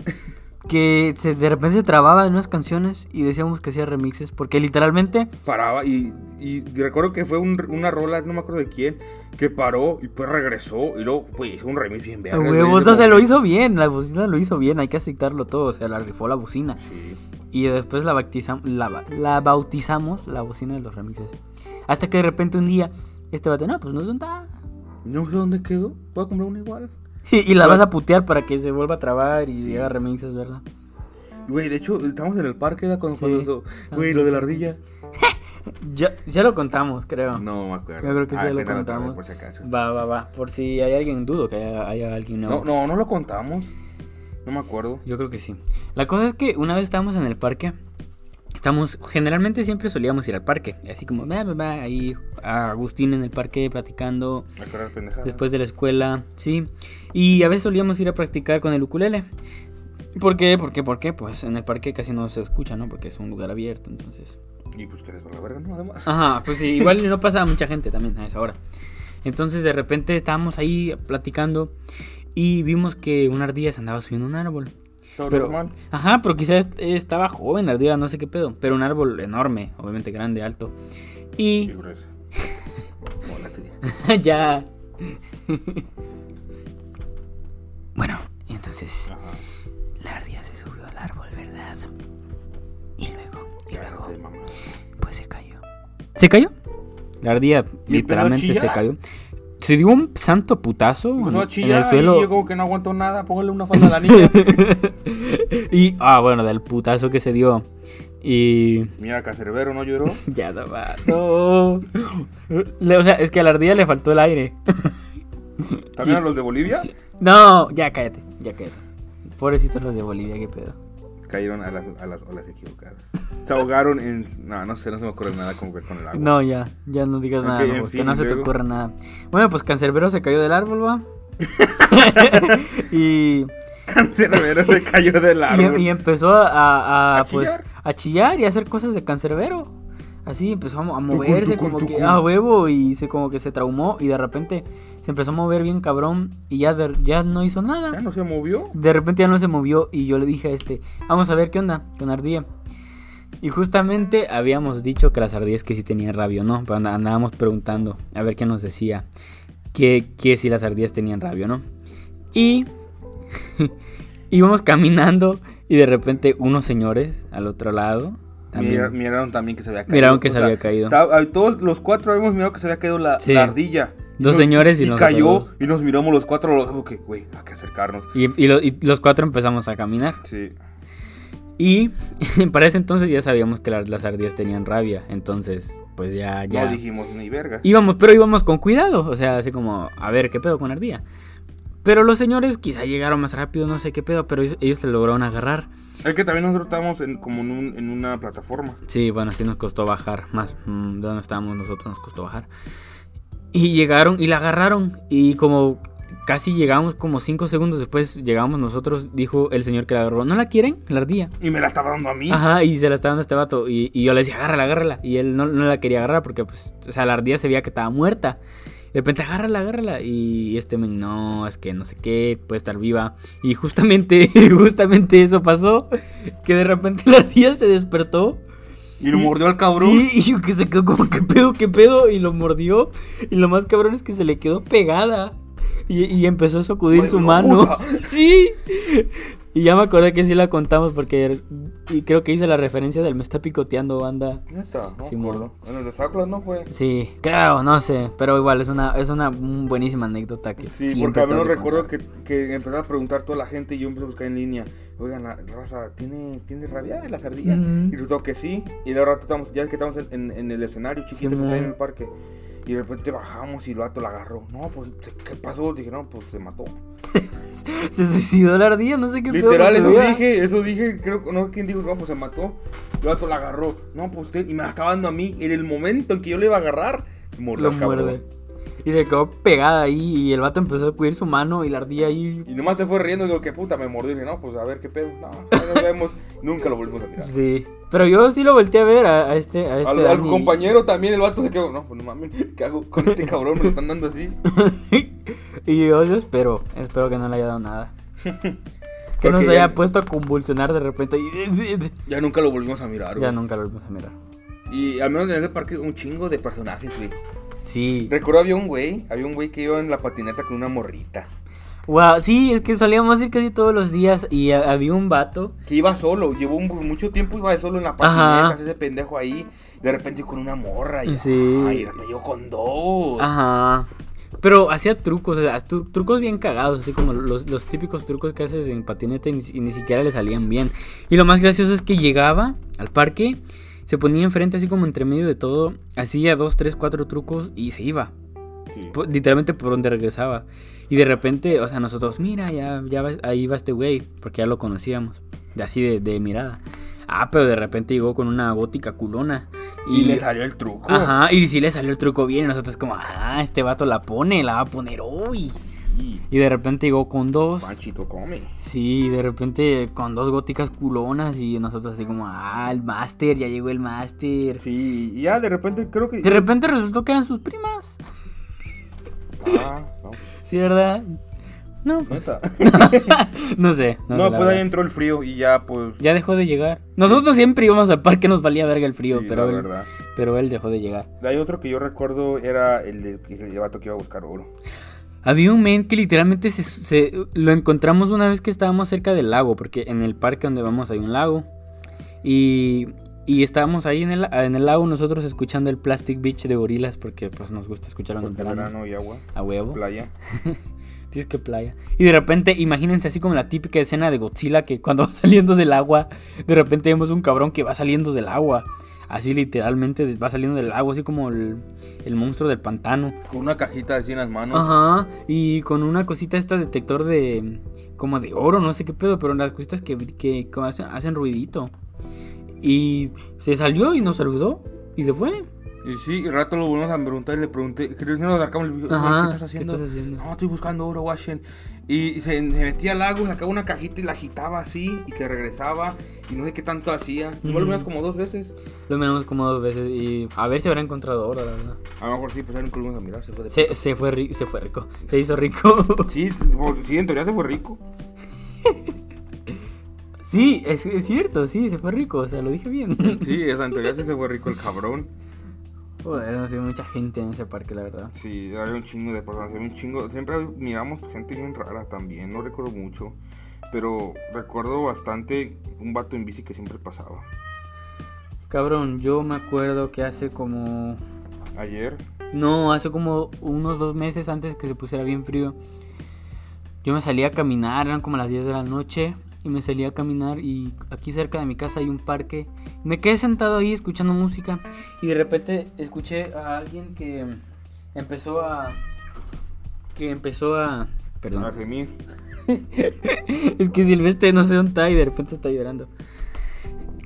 S1: Que se- de repente se trababa en unas canciones y decíamos que hacía remixes. Porque literalmente.
S2: Paraba y, y recuerdo que fue un- una rola, no me acuerdo de quién, que paró y pues regresó y luego pues hizo un remix bien
S1: A
S2: verga.
S1: huevo,
S2: güey,
S1: o sea,
S2: de
S1: se lo
S2: como-
S1: hizo bien. La bocina lo hizo bien. Hay que aceptarlo todo. O sea, la rifó la bocina.
S2: Sí.
S1: Y después la, bautizam- la, ba- la bautizamos la bocina de los remixes. Hasta que de repente un día. Este vato, no, pues no son tan.
S2: No sé dónde quedó. Voy a comprar una igual.
S1: Y, y la vas a putear para que se vuelva a trabar y haga remixes, ¿verdad?
S2: Güey, de hecho, estamos en el parque ¿da? cuando
S1: Sí.
S2: pasó eso. Güey, lo de la ardilla.
S1: Ya, ya lo contamos, creo.
S2: No me acuerdo.
S1: Yo creo que
S2: Ah,
S1: sí lo
S2: cuéntalo otra vez,
S1: contamos.
S2: Por si acaso.
S1: Va, va, va. Por si hay alguien dudo que haya, haya alguien nuevo.
S2: No, no, no lo contamos. No me acuerdo.
S1: Yo creo que sí. La cosa es que una vez estábamos en el parque. Estamos, generalmente siempre solíamos ir al parque. Así como, va, va, va, ahí a Agustín en el parque platicando.
S2: Me acuerdo de pendejadas.
S1: después de la escuela, sí. Y a veces solíamos ir a practicar con el ukulele. ¿Por qué? ¿Por qué? ¿Por qué? Pues en el parque casi no se escucha, ¿no? Porque es un lugar abierto, entonces.
S2: Y pues que les va la verga, ¿no? Además.
S1: Ajá, pues sí, igual no pasaba mucha gente también a esa hora. Entonces de repente estábamos ahí platicando y vimos que una ardilla se andaba subiendo a un árbol.
S2: Todo
S1: Pero,
S2: normal.
S1: ajá, pero quizás eh, estaba joven la ardilla, no sé qué pedo. Pero un árbol enorme, obviamente grande, alto.
S2: Y
S1: Y
S2: grueso. Como la tuya.
S1: ya. bueno, y entonces
S2: Ajá.
S1: la ardilla se subió al árbol, ¿verdad? Y luego, y
S2: Ya,
S1: luego,
S2: no sé, mamá.
S1: pues se cayó. ¿Se cayó? La ardilla
S2: ¿Y
S1: literalmente
S2: empezó a
S1: se cayó.
S2: chillar?
S1: Se dio un santo putazo en,
S2: Empezó a
S1: en
S2: chillar
S1: el suelo.
S2: y yo como que no aguanto nada, póngale una falda a la niña.
S1: y, ah, bueno, del putazo que se dio. Y
S2: Mira, Cancerbero no lloró.
S1: Ya no va, no. Le- O sea, es que a la ardilla le faltó el aire.
S2: También a los de Bolivia.
S1: No, ya cállate, ya cállate. Pobrecitos los de Bolivia, qué pedo.
S2: cayeron a las, a las olas equivocadas. Se ahogaron en. No, no sé, no se me ocurre nada con, con el agua.
S1: No, ya, ya no digas nada,
S2: Ok,
S1: no,
S2: en
S1: porque
S2: fin,
S1: no se te
S2: luego.
S1: ocurra nada. Bueno, pues Cancerbero se cayó del árbol, va. y,
S2: Cancerbero se cayó del árbol.
S1: y, y empezó a, a-
S2: ¿A
S1: pues,
S2: chillar?
S1: a chillar y a hacer cosas de Cancerbero. Así empezó a, mo- a
S2: Tucum,
S1: moverse
S2: tucum,
S1: como que
S2: tucum.
S1: a huevo y se como que se traumó y de repente se empezó a mover bien cabrón y ya, de- ya no hizo nada.
S2: Ya Ah, no se movió.
S1: De repente ya no se movió y yo le dije a este, vamos a ver qué onda con ardilla. Y justamente habíamos dicho que las ardillas que sí tenían rabio, ¿no? Pero anda- andábamos preguntando a ver qué nos decía, que, que si las ardillas tenían rabio, ¿no? Y íbamos caminando y de repente unos señores al otro lado también
S2: Mira- miraron también que se había caído.
S1: miraron que se
S2: O sea,
S1: había caído.
S2: ta- a- Todos los cuatro habíamos mirado que se había caído la,
S1: Sí.
S2: la ardilla.
S1: Dos señores y
S2: nos
S1: nosotros
S2: cayó
S1: dos.
S2: y nos miramos los cuatro a los ojos que, güey, hay que acercarnos.
S1: Y- y lo- y los cuatro empezamos a caminar.
S2: Sí.
S1: Y para ese entonces ya sabíamos que la- las ardillas tenían rabia. Entonces, pues ya, ya.
S2: No dijimos ni verga.
S1: íbamos, pero íbamos con cuidado. O sea, así como, a ver, ¿qué pedo con ardilla? Pero los señores quizá llegaron más rápido, no sé qué pedo, pero ellos, ellos se lograron agarrar.
S2: Es que también nosotros estábamos en, como en, un- en una plataforma.
S1: Sí, bueno, sí nos costó bajar más. mm, De donde estábamos nosotros nos costó bajar. Y llegaron y la agarraron. Y como casi llegamos, como cinco segundos después llegamos nosotros, dijo el señor que la agarró, ¿no la quieren? La ardilla.
S2: Y me la estaba dando a mí.
S1: Ajá, y se la estaba dando a este vato. Y, y yo le decía, agárrala, agárrala. Y él no, no la quería agarrar porque, pues, o sea, la ardilla se veía que estaba muerta. Y de repente, agárrala, agárrala. Y este men, no, es que no sé qué, puede estar viva. Y justamente, justamente eso pasó. Que de repente la ardilla se despertó.
S2: Y lo mordió al cabrón.
S1: Sí, y yo que se quedó como, ¿qué pedo, qué pedo? Y lo mordió. Y lo más cabrón es que se le quedó pegada. Y, y empezó a sacudir
S2: Bueno,
S1: su mano.
S2: puta.
S1: Sí. Y ya me acordé que sí la contamos porque er, y creo que hice la referencia del me está picoteando banda.
S2: Neta, no
S1: Sí,
S2: me
S1: mordió.
S2: acuerdo. En el de Saclas no fue.
S1: Sí, creo, no sé, pero igual es una es una mm, buenísima anécdota que
S2: Sí,
S1: siempre
S2: porque al menos
S1: tengo que
S2: recuerdo
S1: contar.
S2: que, que empezaba a preguntar toda la gente y yo empecé a buscar en línea. Oigan, la raza, ¿tiene, ¿tiene rabia las ardillas?
S1: Ujú.
S2: Y resultó que sí. Y de rato estamos, ya que estamos en, en- en el escenario chiquito que está ahí en
S1: Simón.
S2: el parque. Y de repente bajamos y el vato la agarró. No, pues, ¿qué pasó? Dije, no, pues se mató.
S1: se suicidó la ardilla, no sé qué pedo con
S2: Literal,
S1: su
S2: eso
S1: vida.
S2: dije, eso dije, creo que no, ¿quién dijo? No, pues se mató. El vato la agarró. No, pues usted, y me la estaba dando a mí. En el momento en que yo le iba a agarrar, mordió
S1: lo
S2: al cabrón.
S1: muerde. Y se quedó pegada ahí y el vato empezó a sacudir su mano y la ardilla ahí
S2: Y nomás se fue riendo, digo, qué puta, me mordió. Y dije, no, pues a ver qué pedo. No, ahí nos vemos. Nunca lo volvimos a mirar.
S1: Sí, pero yo sí lo volteé a ver a, a este. A este
S2: Al, al
S1: Dani.
S2: compañero también, el vato se quedó. No, pues no mames, ¿qué hago con este cabrón? Me lo están dando así.
S1: y yo, yo espero, espero que no le haya dado nada. Que nos
S2: Ok,
S1: haya
S2: ya-
S1: puesto a convulsionar de repente. Y...
S2: Ya nunca lo volvimos a mirar, güey.
S1: ya nunca lo volvimos a mirar.
S2: Y al menos en ese parque, un chingo de personajes, güey.
S1: Sí.
S2: Recuerdo había un güey, había un güey que iba en la patineta con una morrita.
S1: Wow, sí, es que salíamos a ir casi todos los días y ha- había un vato.
S2: Que iba solo, llevó un- mucho tiempo iba solo en la
S1: Ajá.
S2: patineta, ese pendejo ahí, de repente con una morra y
S1: Sí.
S2: ay, la peleó con dos.
S1: Ajá. Pero hacía trucos, o sea, tru- trucos bien cagados, así como los, los típicos trucos que haces en patineta y ni, y ni siquiera le salían bien. Y lo más gracioso es que llegaba al parque, se ponía enfrente así como entre medio de todo, hacía dos, tres, cuatro trucos y se iba.
S2: Sí.
S1: po- literalmente por donde regresaba. Y de repente, o sea, nosotros, mira, ya, ya va- ahí va este güey, porque ya lo conocíamos, de así de, de mirada. Ah, pero de repente llegó con una gótica culona.
S2: Y, le salió el truco.
S1: Ajá, y sí le salió el truco bien, y nosotros como, ah, este vato la pone, la va a poner hoy.
S2: Y
S1: Y de repente llegó con dos.
S2: Panchito come.
S1: Sí, y de repente con dos góticas culonas y nosotros así como, ah, el máster, ya llegó el máster.
S2: Sí, y ya de repente creo que
S1: De repente resultó que eran sus primas.
S2: Ah, no,
S1: ¿Sí, verdad? No, pues,
S2: neta.
S1: no sé. sé,
S2: No,
S1: la
S2: pues
S1: verdad.
S2: ahí entró el frío y ya pues
S1: Ya dejó de llegar. Nosotros siempre íbamos al parque, nos valía verga el frío,
S2: sí,
S1: pero,
S2: la
S1: él,
S2: verdad.
S1: pero él dejó de llegar.
S2: Hay otro que yo recuerdo era el, de, el vato que iba a buscar oro.
S1: Había un men que literalmente se, se- lo encontramos una vez que estábamos cerca del lago, porque en el parque donde vamos hay un lago. Y, y estábamos ahí en el, en el lago nosotros escuchando el Plastic Beach de gorilas, porque pues nos gusta escucharlo en el
S2: Porque
S1: verano.
S2: verano y agua,
S1: A huevo.
S2: playa.
S1: Dices que playa. Y de repente, imagínense así como la típica escena de Godzilla que cuando va saliendo del agua, de repente vemos un cabrón que va saliendo del agua. así literalmente va saliendo del agua, así como el, el monstruo del pantano.
S2: Con una cajita así en las manos.
S1: Ajá, y con una cosita esta detector de como de oro, no sé qué pedo, pero las cositas que, que como hacen, hacen ruidito. Y se salió y nos saludó y se fue.
S2: Y sí, y rato lo volvimos a preguntar y le pregunté, creo que nos acercamos y le dije,
S1: Ajá,
S2: "Oye, ¿qué estás haciendo?
S1: ¿qué estás haciendo?
S2: No, estoy buscando oro, Washington. Y se, se metía al lago, sacaba una cajita y la agitaba así y se regresaba y no sé qué tanto hacía. Igual lo
S1: Ujú.
S2: vimos como dos veces.
S1: Lo miramos como dos veces y a ver si habrá encontrado oro, la verdad.
S2: A lo mejor sí, pues ya nunca lo volvimos a mirar, se fue de...
S1: Se, se fue, ri- se fue rico, se hizo rico.
S2: Sí, por- sí, en teoría se fue rico.
S1: sí, es, es cierto, sí, se fue rico, o sea, lo dije bien.
S2: Sí, esa en teoría sí se fue rico el cabrón.
S1: Joder, no sé, mucha gente en ese parque, la verdad.
S2: Sí, había un chingo de personas, había un chingo. Siempre hab- miramos gente bien rara también, no recuerdo mucho. Pero recuerdo bastante un vato en bici que siempre pasaba.
S1: Cabrón, yo me acuerdo que hace como...
S2: Ayer,
S1: No, hace como unos dos meses antes que se pusiera bien frío. Yo me salía a caminar, eran como las 10 de la noche. Y me salía a caminar y aquí cerca de mi casa hay un parque. Me quedé sentado ahí escuchando música. Y de repente escuché a alguien que empezó a... Que empezó a... Perdón.
S2: a gemir.
S1: Es que Silvestre no sé dónde está y de repente está llorando.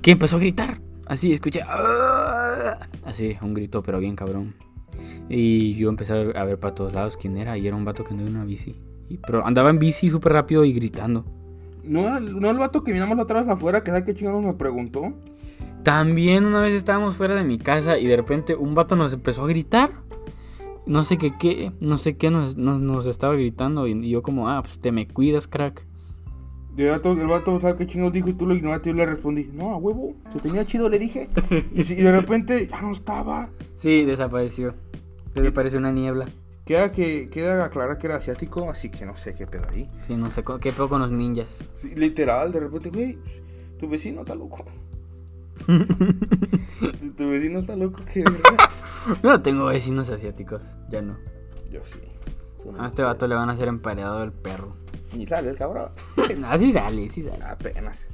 S1: Que empezó a gritar. Así, escuché. "Ah", Así, un grito, pero bien cabrón. Y yo empecé a ver para todos lados quién era. Y era un vato que andaba en una bici. Y- pero andaba en bici súper rápido y gritando.
S2: ¿No, era el- no el vato que miramos la otra vez afuera, que sabe qué chingados me preguntó.
S1: También una vez estábamos fuera de mi casa y de repente un vato nos empezó a gritar. No sé qué, qué no sé qué nos, nos- nos estaba gritando. Y, y yo, como, ah, pues te me cuidas, crack.
S2: Y el vato, el vato sabe qué chingados dijo y tú lo ignoraste y yo le respondí, no, a huevo, se tenía chido, le dije. Y, sí, y de repente ya no estaba.
S1: Sí, desapareció. Desapareció una niebla.
S2: Queda, que, queda aclarar que era asiático, así que no sé qué pedo ahí.
S1: Sí, no sé, co- qué pedo con los ninjas.
S2: Sí, literal, de repente, güey, tu vecino está loco. tu, tu vecino está loco, que verga.
S1: Yo no tengo vecinos asiáticos, ya no.
S2: Yo sí.
S1: A este vato le van a hacer emparedado el perro.
S2: Ni sale el cabrón.
S1: Así sale, sí sale.
S2: Apenas.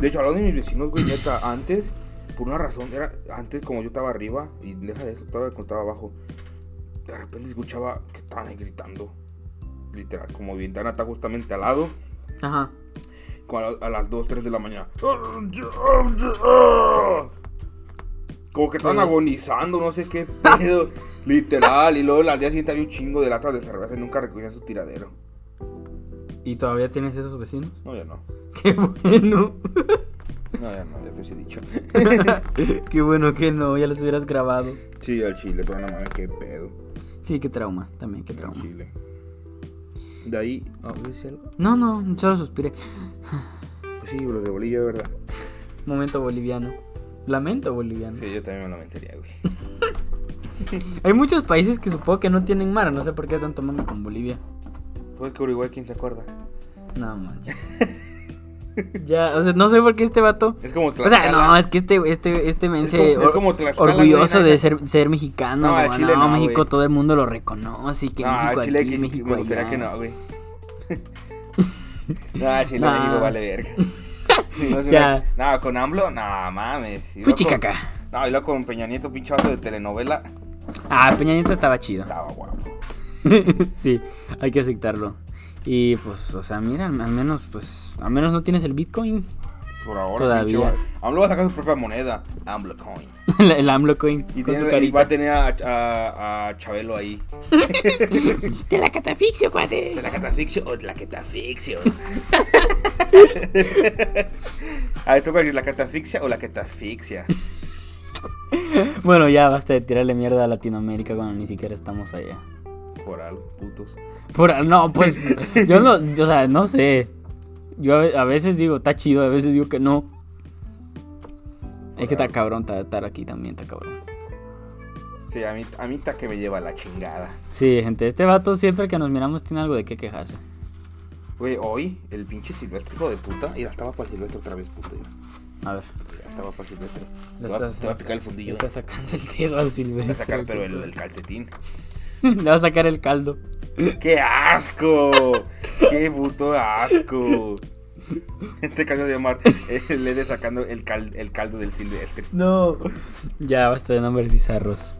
S2: De hecho, hablando de mis vecinos, güey, neta, antes, por una razón, era antes como yo estaba arriba, y deja de eso, estaba cuando estaba abajo, de repente escuchaba que estaban ahí gritando. Literal, como ventana está justamente al lado,
S1: Ajá.
S2: como a, la- a las 2, 3 de la mañana. Como que estaban
S1: ¿Qué?
S2: agonizando, no sé qué pedo. literal, y luego al día siguiente había un chingo de latas de cerveza y nunca recogían su tiradero.
S1: ¿Y todavía tienes esos vecinos?
S2: No, ya no.
S1: Qué bueno.
S2: No, ya no, ya te hubiese dicho.
S1: Qué bueno que no, ya los hubieras grabado.
S2: Sí, al chile, pero no mames, qué pedo.
S1: Sí, qué trauma, también, qué
S2: Al
S1: trauma.
S2: chile. De ahí. ah, ¿voy a decir algo?
S1: No, no, solo suspiré.
S2: Pues sí, los de bolillo, de verdad.
S1: Momento boliviano. Lamento boliviano.
S2: Sí, yo también me lo mentiría, güey.
S1: Hay muchos países que supongo que no tienen mar, no sé por qué tanto mame con Bolivia.
S2: Fue que Uruguay, ¿quién se acuerda?
S1: No manches. ya, o sea, no sé por qué este vato.
S2: Es como
S1: O sea,
S2: Tlaxcala.
S1: no, es que este, este, este men
S2: Es
S1: se
S2: como- es
S1: or-
S2: como Tlaxcala,
S1: orgulloso de
S2: güey, nada.
S1: ser, ser mexicano.
S2: No,
S1: No,
S2: al Chile
S1: no,
S2: no,
S1: México
S2: güey.
S1: todo el mundo lo reconoce y que
S2: No, al
S1: México
S2: chile
S1: aquí,
S2: que
S1: México
S2: me gustaría
S1: allá.
S2: que no, güey. no, al chile
S1: Nah.
S2: México vale verga. No, sé,
S1: Ya.
S2: no, con AMLO, no mames. Y luego
S1: Fuchicaca.
S2: con- No, y luego con Peña Nieto, pinche vato de telenovela.
S1: Ah, Peña Nieto estaba chido.
S2: Estaba guapo.
S1: sí, hay que aceptarlo. Y pues, o sea, mira, al al menos, pues, al menos no tienes el Bitcoin,
S2: Por ahora,
S1: Todavía.
S2: pinche vato. AMLO va a sacar su propia moneda, AMLO Coin.
S1: el, el AMLO Coin,
S2: Y,
S1: con su
S2: tiene- y
S1: carita.
S2: va a tener a, a- a Chabelo ahí.
S1: Te la catafixio, cuate.
S2: ¿De la catafixio o de la catafixio? a ver, tú cuál es la catafixia o la catafixia.
S1: Bueno, ya basta de tirarle mierda a Latinoamérica cuando ni siquiera estamos allá.
S2: Por algo, putos.
S1: Por- no, pues yo no, o sea, no sé. Yo a, a veces digo, está chido, a veces digo que no. Es que está cabrón ta- estar aquí también, está cabrón.
S2: Sí, a mí, a mí está que me lleva la chingada.
S1: Sí, gente, este vato siempre que nos miramos tiene algo de qué quejarse.
S2: Güey, hoy el pinche silvestre hijo de puta. Mira, estaba para el silvestre otra vez, puto. Mira,
S1: A ver.
S2: mira, estaba para el silvestre.
S1: le
S2: Te va,
S1: estás-
S2: te va a picar el fundillo.
S1: le Está
S2: Te
S1: sacando el dedo al
S2: va
S1: silvestre.
S2: a sacar, pero el,
S1: qué
S2: el calcetín.
S1: pedo. Le va a sacar el caldo.
S2: ¡Qué asco! ¡Qué puto asco! En este caso de llamar el Ede sacando el, cal- el caldo del este silvestre.
S1: No. Ya basta de nombres bizarros.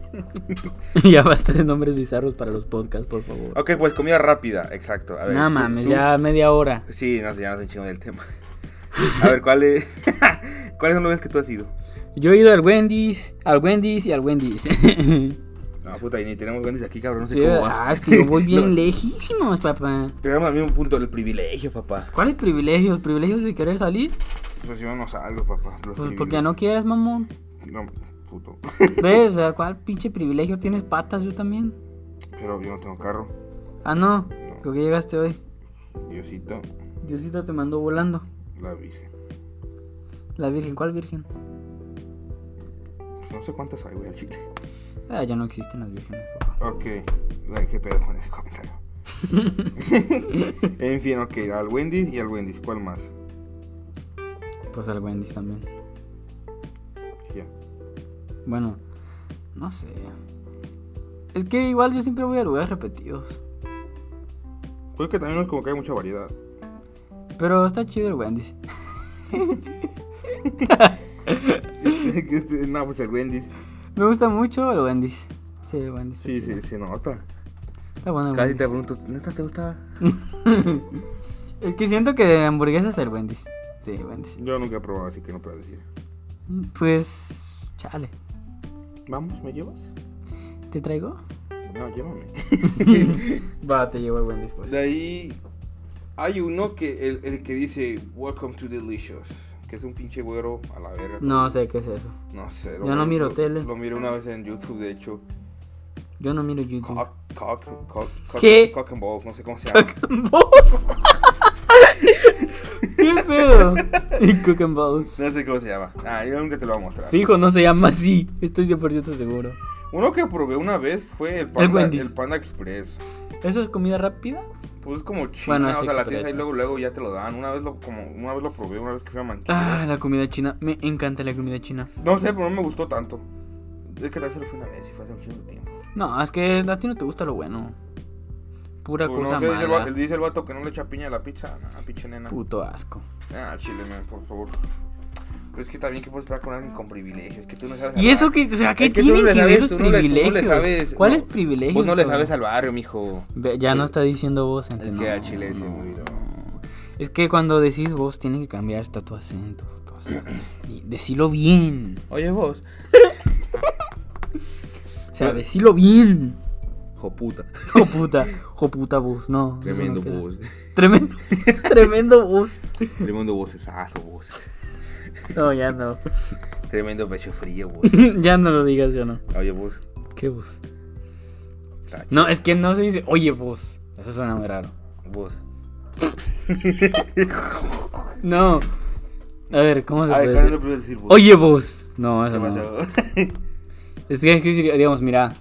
S1: ya basta de nombres bizarros para los podcasts, por favor.
S2: Ok, pues comida rápida, exacto. A ver,
S1: no
S2: tú-
S1: mames,
S2: tú-
S1: ya media hora.
S2: Sí, no, ya nos enchimos del tema. A ver, ¿cuál es... ¿cuáles son los lugares que tú has ido?
S1: Yo he ido al Wendy's, al Wendy's y al Wendy's.
S2: No, puta, y ni tenemos Wendy's aquí, cabrón, no sé
S1: Sí,
S2: cómo vas.
S1: ah, es que yo voy bien
S2: No,
S1: lejísimos, papá.
S2: Llegamos al mismo punto, el privilegio, papá.
S1: ¿Cuáles privilegios? ¿Privilegios de querer salir?
S2: Pues yo no salgo, papá.
S1: Pues
S2: los
S1: porque
S2: privilegios.
S1: no quieres, mamón.
S2: No, puto.
S1: ¿Ves? O sea, ¿cuál pinche privilegio tienes patas? Yo también.
S2: Pero yo no tengo carro.
S1: Ah, no. Creo que llegaste hoy.
S2: Diosito,
S1: Diosito te mandó volando.
S2: la virgen.
S1: La Virgen, ¿cuál Virgen?
S2: Pues no sé cuántas hay, güey, al chile.
S1: Ah, ya no existen las vírgenes, papá.
S2: Ok, Ay, qué pedo con ese comentario. en fin, ok, al Wendy's y al Wendy's, ¿cuál más?
S1: Pues al Wendy's también.
S2: Ya.
S1: Bueno, no sé. Es que igual yo siempre voy a lugares repetidos.
S2: Creo que también es como que hay mucha variedad.
S1: Pero está chido el Wendy's.
S2: no, pues el Wendy's.
S1: Me gusta mucho el Wendy's. Sí, el Wendy's. está
S2: Sí,
S1: chido.
S2: sí, se nota.
S1: Está bueno el
S2: Casi te
S1: Wendy's.
S2: pregunto, ¿neta te gusta?
S1: Es que siento que de hamburguesas el Wendy's. Sí, Wendy's.
S2: Yo nunca he probado, así que no puedo decir.
S1: Pues, chale.
S2: Vamos, ¿me llevas?
S1: ¿Te traigo?
S2: No, llévame.
S1: Va, te llevo el Wendy's, pues.
S2: De ahí hay uno que el, el que dice Welcome to Delicious, que es un pinche güero a la verga.
S1: No sé qué es eso.
S2: No sé.
S1: Yo no miro
S2: lo-
S1: tele.
S2: Lo miré una vez en YouTube, de hecho.
S1: Yo no miro YouTube.
S2: Cock, cock, cock, cock,
S1: ¿Qué?
S2: cock and balls, no sé cómo se llama.
S1: ¿Vos? ¿Qué pedo? Y Cook and Balls.
S2: No sé cómo se llama. Ah, yo nunca te lo voy a mostrar.
S1: Fijo, no se llama así. Estoy 100% seguro.
S2: Uno que probé una vez fue el Panda, el,
S1: Wendy's.
S2: Panda Express.
S1: ¿Eso es comida rápida?
S2: Pues es como china,
S1: Bueno,
S2: o
S1: es
S2: sea, la tienes
S1: express,
S2: ahí
S1: ¿no?
S2: luego, luego ya te lo dan. Una vez lo, como, una vez lo probé, una vez que fui a Manquillo.
S1: Ah, la comida china. Me encanta la comida china.
S2: No sé, pero no me gustó tanto. Es que tal vez solo fue una vez y fue hace un chingo de tiempo.
S1: No, es que a ti no te gusta lo bueno. Pura
S2: Pues
S1: cosa
S2: no sé, dice el, va-
S1: mala.
S2: el- dice el vato que no le echa piña a la pizza. Ah, pinche nena.
S1: Puto asco.
S2: Ah, chile, man, por favor. Pero es que también que puedes estar con alguien con privilegios. Es que tú no sabes.
S1: ¿Y
S2: al
S1: eso
S2: barrio.
S1: qué? O sea, ¿qué
S2: Es tú
S1: tienen
S2: no le
S1: que
S2: sabes,
S1: ver los
S2: tú no le- tú no le
S1: privilegios?
S2: sabes,
S1: ¿Cuáles
S2: no,
S1: privilegios?
S2: Vos no le
S1: cabrón?
S2: sabes al barrio, mijo.
S1: Ve, Ya no está diciendo vos,
S2: Es
S1: ente,
S2: que
S1: no,
S2: al chile se
S1: no.
S2: murió.
S1: Es que cuando decís vos tiene que cambiar hasta tu acento. o sea, y decilo bien.
S2: Oye, vos.
S1: O sea, decilo bien.
S2: Joputa.
S1: Jo puta, jo puta vos, no. eso
S2: Tremendo
S1: no queda.
S2: voz.
S1: Tremendo, tremendo vos.
S2: Tremendo vocesazo, vos.
S1: No, ya no.
S2: Tremendo pecho frío, vos.
S1: ya no lo digas, ya no.
S2: Oye, vos.
S1: ¿Qué vos?
S2: Está
S1: No, es que no se dice, oye vos. Eso suena muy raro.
S2: chido, Vos.
S1: No. A ver, ¿cómo se
S2: A ver,
S1: puede
S2: ¿cuál es
S1: decir?
S2: lo primero que decir vos?
S1: Oye vos. No,
S2: ¿Qué
S1: eso no.
S2: pasó?
S1: Es que hay que decir, digamos, mira,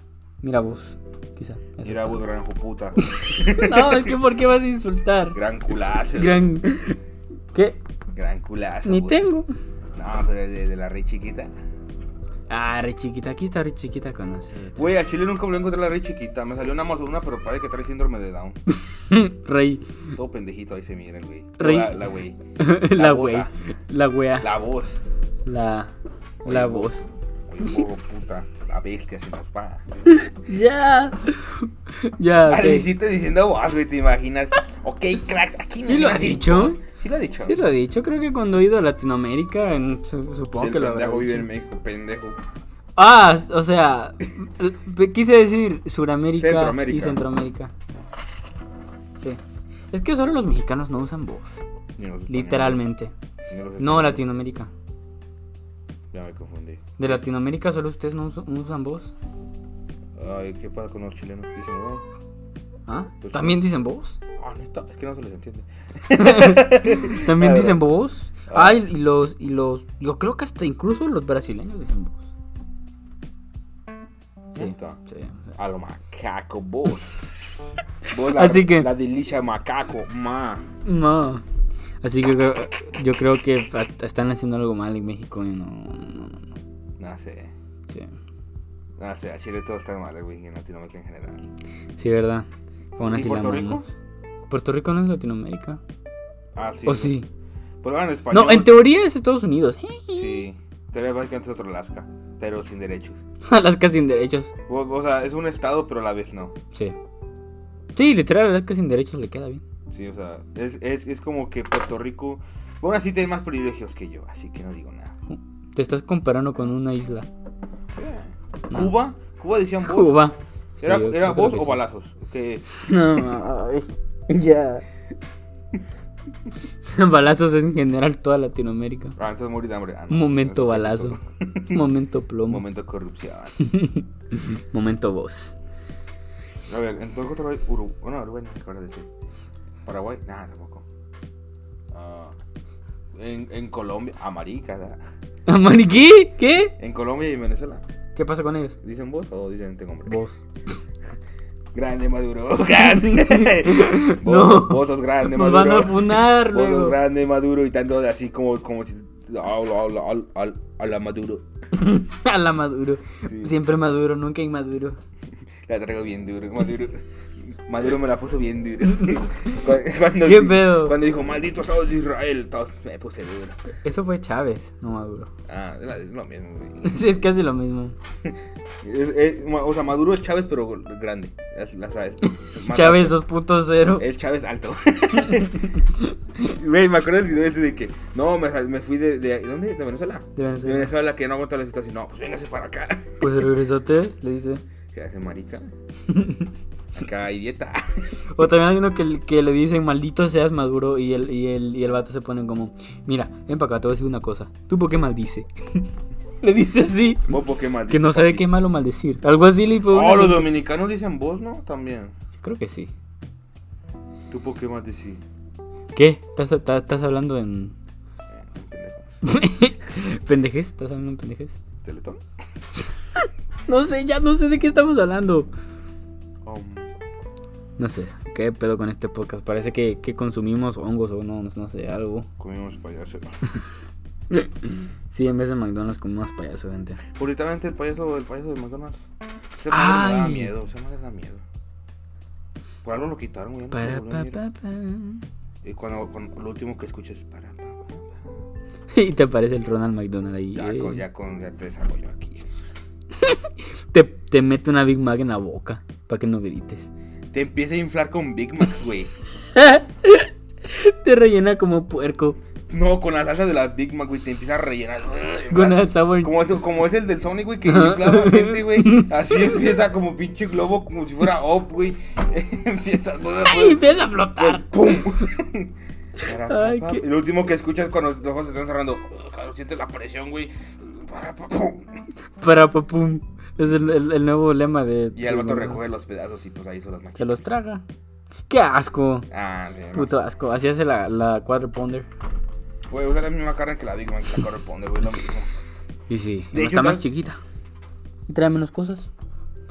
S1: mira vos. Quizá. eso.
S2: Mira, vos, gran joputa.
S1: No, es que ¿por qué vas a insultar?
S2: Gran culazo.
S1: Gran. ¿Qué?
S2: Gran culazo.
S1: Ni
S2: vos.
S1: tengo.
S2: No, pero de, de la re chiquita.
S1: Ah, re chiquita, aquí está re chiquita con ese.
S2: Güey, a Chile nunca volví a encontrar la re chiquita. Me salió una una pero parece que trae síndrome de Down.
S1: Rey.
S2: Todo pendejito ahí se mira el güey.
S1: Rey.
S2: La, la güey.
S1: La
S2: goza.
S1: wea. La wea.
S2: La voz.
S1: La. La voz.
S2: Oye, porro, puta. La bestia se nos va.
S1: Ya. Ya. Ah,
S2: Ah,
S1: ok.
S2: Alicito diciendo voz, güey, ¿te imaginas? Ok, cracks, aquí
S1: ¿Sí lo
S2: iban
S1: ha
S2: a decir
S1: dicho?
S2: voz. Sí lo ha dicho.
S1: Sí lo he dicho, creo que cuando he ido a Latinoamérica, en- su-
S2: Si
S1: supongo
S2: el
S1: que lo habrá
S2: pendejo vive en
S1: dicho.
S2: México, pendejo.
S1: Ah, o sea, eh, quise decir Suramérica
S2: Centroamérica.
S1: y Centroamérica. Sí. Es que solo los mexicanos no usan voz,
S2: Ni los españoles,
S1: literalmente.
S2: ni los
S1: No,
S2: españoles.
S1: Latinoamérica.
S2: Ya me confundí.
S1: De Latinoamérica solo ustedes no usan, no usan voz.
S2: Ay, ¿qué pasa con los chilenos? Dicen, wow.
S1: ¿Ah?
S2: Pues
S1: ¿También dicen voz?
S2: Ah, neta, es que no se les entiende.
S1: ¿También
S2: Ah,
S1: dicen voz?
S2: Ah.
S1: Ay, y los, y los, yo creo que hasta incluso los brasileños dicen voz. Sí,
S2: Neta.
S1: sí.
S2: A lo macaco, vos. Vos
S1: Así que-
S2: La delicia de macaco, ma.
S1: No. Así que creo- yo creo que hasta están haciendo algo mal en México y no, no, no, no.
S2: No sé.
S1: Sí.
S2: No sé, a Chile todo está mal, güey, en Latinoamérica en general.
S1: Sí, verdad. Aún
S2: ¿Y
S1: así la
S2: Puerto Rico?
S1: amamos. Puerto Rico no es Latinoamérica.
S2: Ah, sí.
S1: ¿O
S2: sí.
S1: sí?
S2: Pues hablan español.
S1: No, en teoría es Estados Unidos. ¿eh?
S2: Sí. Teoría básicamente es otro Alaska, pero sin derechos.
S1: Alaska sin derechos.
S2: O, o sea, es un estado, pero a la vez no.
S1: Sí. Sí, literal, Alaska sin derechos le queda bien.
S2: Sí, o sea, es, es, es como que Puerto Rico. Bueno, así tiene más privilegios que yo, así que no digo nada.
S1: Te estás comparando con una isla. No.
S2: Cuba, Cuba decían vos.
S1: Cuba.
S2: ¿Era,
S1: Sí, yo-
S2: era
S1: yo creo
S2: vos
S1: que
S2: o
S1: sí.
S2: balazos? Que
S1: No, ay, ya. Balazos en general toda Latinoamérica.
S2: ah, entonces morir de hambre. Ah, no.
S1: Un momento
S2: Entonces,
S1: balazo. Un momento
S2: Un
S1: plomo. Momento,
S2: momento corrupción.
S1: voz.
S2: A ver, entonces otra vez Uruguay. Bueno, Uruguay no acabas de decir. Paraguay, nada, tampoco. Ah, en, en Colombia, Amarica. da.
S1: ¿Amariquí? ¿Qué?
S2: En Colombia y en Venezuela.
S1: ¿Qué pasa con ellos?
S2: ¿Dicen vos o dicen tengo hombre?
S1: Vos.
S2: Grande Maduro, grande. vos,
S1: No.
S2: vos sos grande
S1: Nos
S2: Maduro.
S1: van a funar
S2: Vos sos
S1: luego.
S2: grande Maduro y tanto así como, como si. Habla, habla, habla, habla, habla Maduro.
S1: A la Maduro.
S2: Sí.
S1: Siempre Maduro, nunca inmaduro.
S2: La traigo bien duro, Maduro. Maduro me la puso bien duro. Cuando- cuando,
S1: ¿Qué pedo?
S2: Cuando dijo, maldito Estado de Israel, todo- me puse duro.
S1: Eso fue Chávez, no Maduro.
S2: Ah, es la- es lo mismo. güey.
S1: Sí, es casi lo mismo.
S2: Es- es- o sea, Maduro es Chávez, pero grande. Es- la sabes. Más
S1: Chávez
S2: alto.
S1: 2.0.
S2: Es Chávez alto. Güey, me acuerdo del video ese de que, no, me, sal- me fui de, de- ¿Dónde? ¿De Venezuela?
S1: De
S2: De
S1: Venezuela.
S2: Venezuela que no aguanta la situación. No, pues véngase para acá.
S1: Pues regresate, le dice.
S2: ¿Qué hace, marica? Acá hay dieta.
S1: O también hay uno que, que le dicen, maldito seas Maduro, y el, y, el, y el vato se pone como, mira, ven para acá, te voy a decir una cosa. ¿Tú por qué maldice? le dice así,
S2: Vos, ¿por qué mal
S1: que no
S2: dices,
S1: sabe
S2: papi?
S1: qué es malo maldecir. Algo así le fue
S2: Oh,
S1: una-
S2: los dominicanos dicen vos, ¿no? También.
S1: Creo que sí.
S2: ¿Tú por qué más decís?
S1: ¿Qué? ¿Estás, estás- estás hablando en...
S2: Eh, pendejos.
S1: pendejez? ¿Estás hablando en pendejez?
S2: ¿Teletón?
S1: No sé, ya no sé de qué estamos hablando.
S2: Um,
S1: No sé, ¿qué pedo con este podcast? Parece que, que consumimos hongos o no, no sé, algo.
S2: comimos payaso.
S1: Sí, en vez de McDonald's comimos payaso, gente.
S2: Ahorita el payaso, el payaso de McDonald's. Se me
S1: Ay.
S2: da miedo, se me da miedo. Por algo lo quitaron, güey. no se
S1: Para,
S2: volvió a
S1: pa,
S2: ir.
S1: pa, pa.
S2: Y cuando, cuando lo último que escucho es para, pa, pa, pa.
S1: Y te aparece el Ronald McDonald ahí.
S2: Ya,
S1: eh.
S2: con, ya con, ya te desarrollo aquí.
S1: Te, te mete una Big Mac en la boca para que no grites.
S2: Te empieza a inflar con Big Macs, güey.
S1: Te rellena como puerco.
S2: No, con la salsa de las Big Mac, güey, te empieza a rellenar.
S1: Con
S2: Ah,
S1: la sour.
S2: Como es, como es el del Sonic, güey, que inflaba gente, güey. Así empieza como pinche globo, como si fuera op, güey. empieza.
S1: ¡Ay! Empieza a flotar.
S2: ¡Pum!
S1: Ay, qué-
S2: Y lo último que escuchas cuando los ojos se están cerrando. Claro, sientes la presión, güey. Para, pa, pum.
S1: Para papum. Es el, el- el nuevo lema de.
S2: Y el vato
S1: de-
S2: recoge los pedazos y pues ahí son las máquinas.
S1: Se los traga. ¡Qué asco!
S2: Ah, sí, no.
S1: Puto asco. Así hace la, la Quarter Pounder.
S2: Güey, usa la misma carne que la Big Mac, la corresponde, güey, lo mismo.
S1: Y sí. no,
S2: De hecho,
S1: está más
S2: tal-
S1: chiquita. Y trae menos cosas.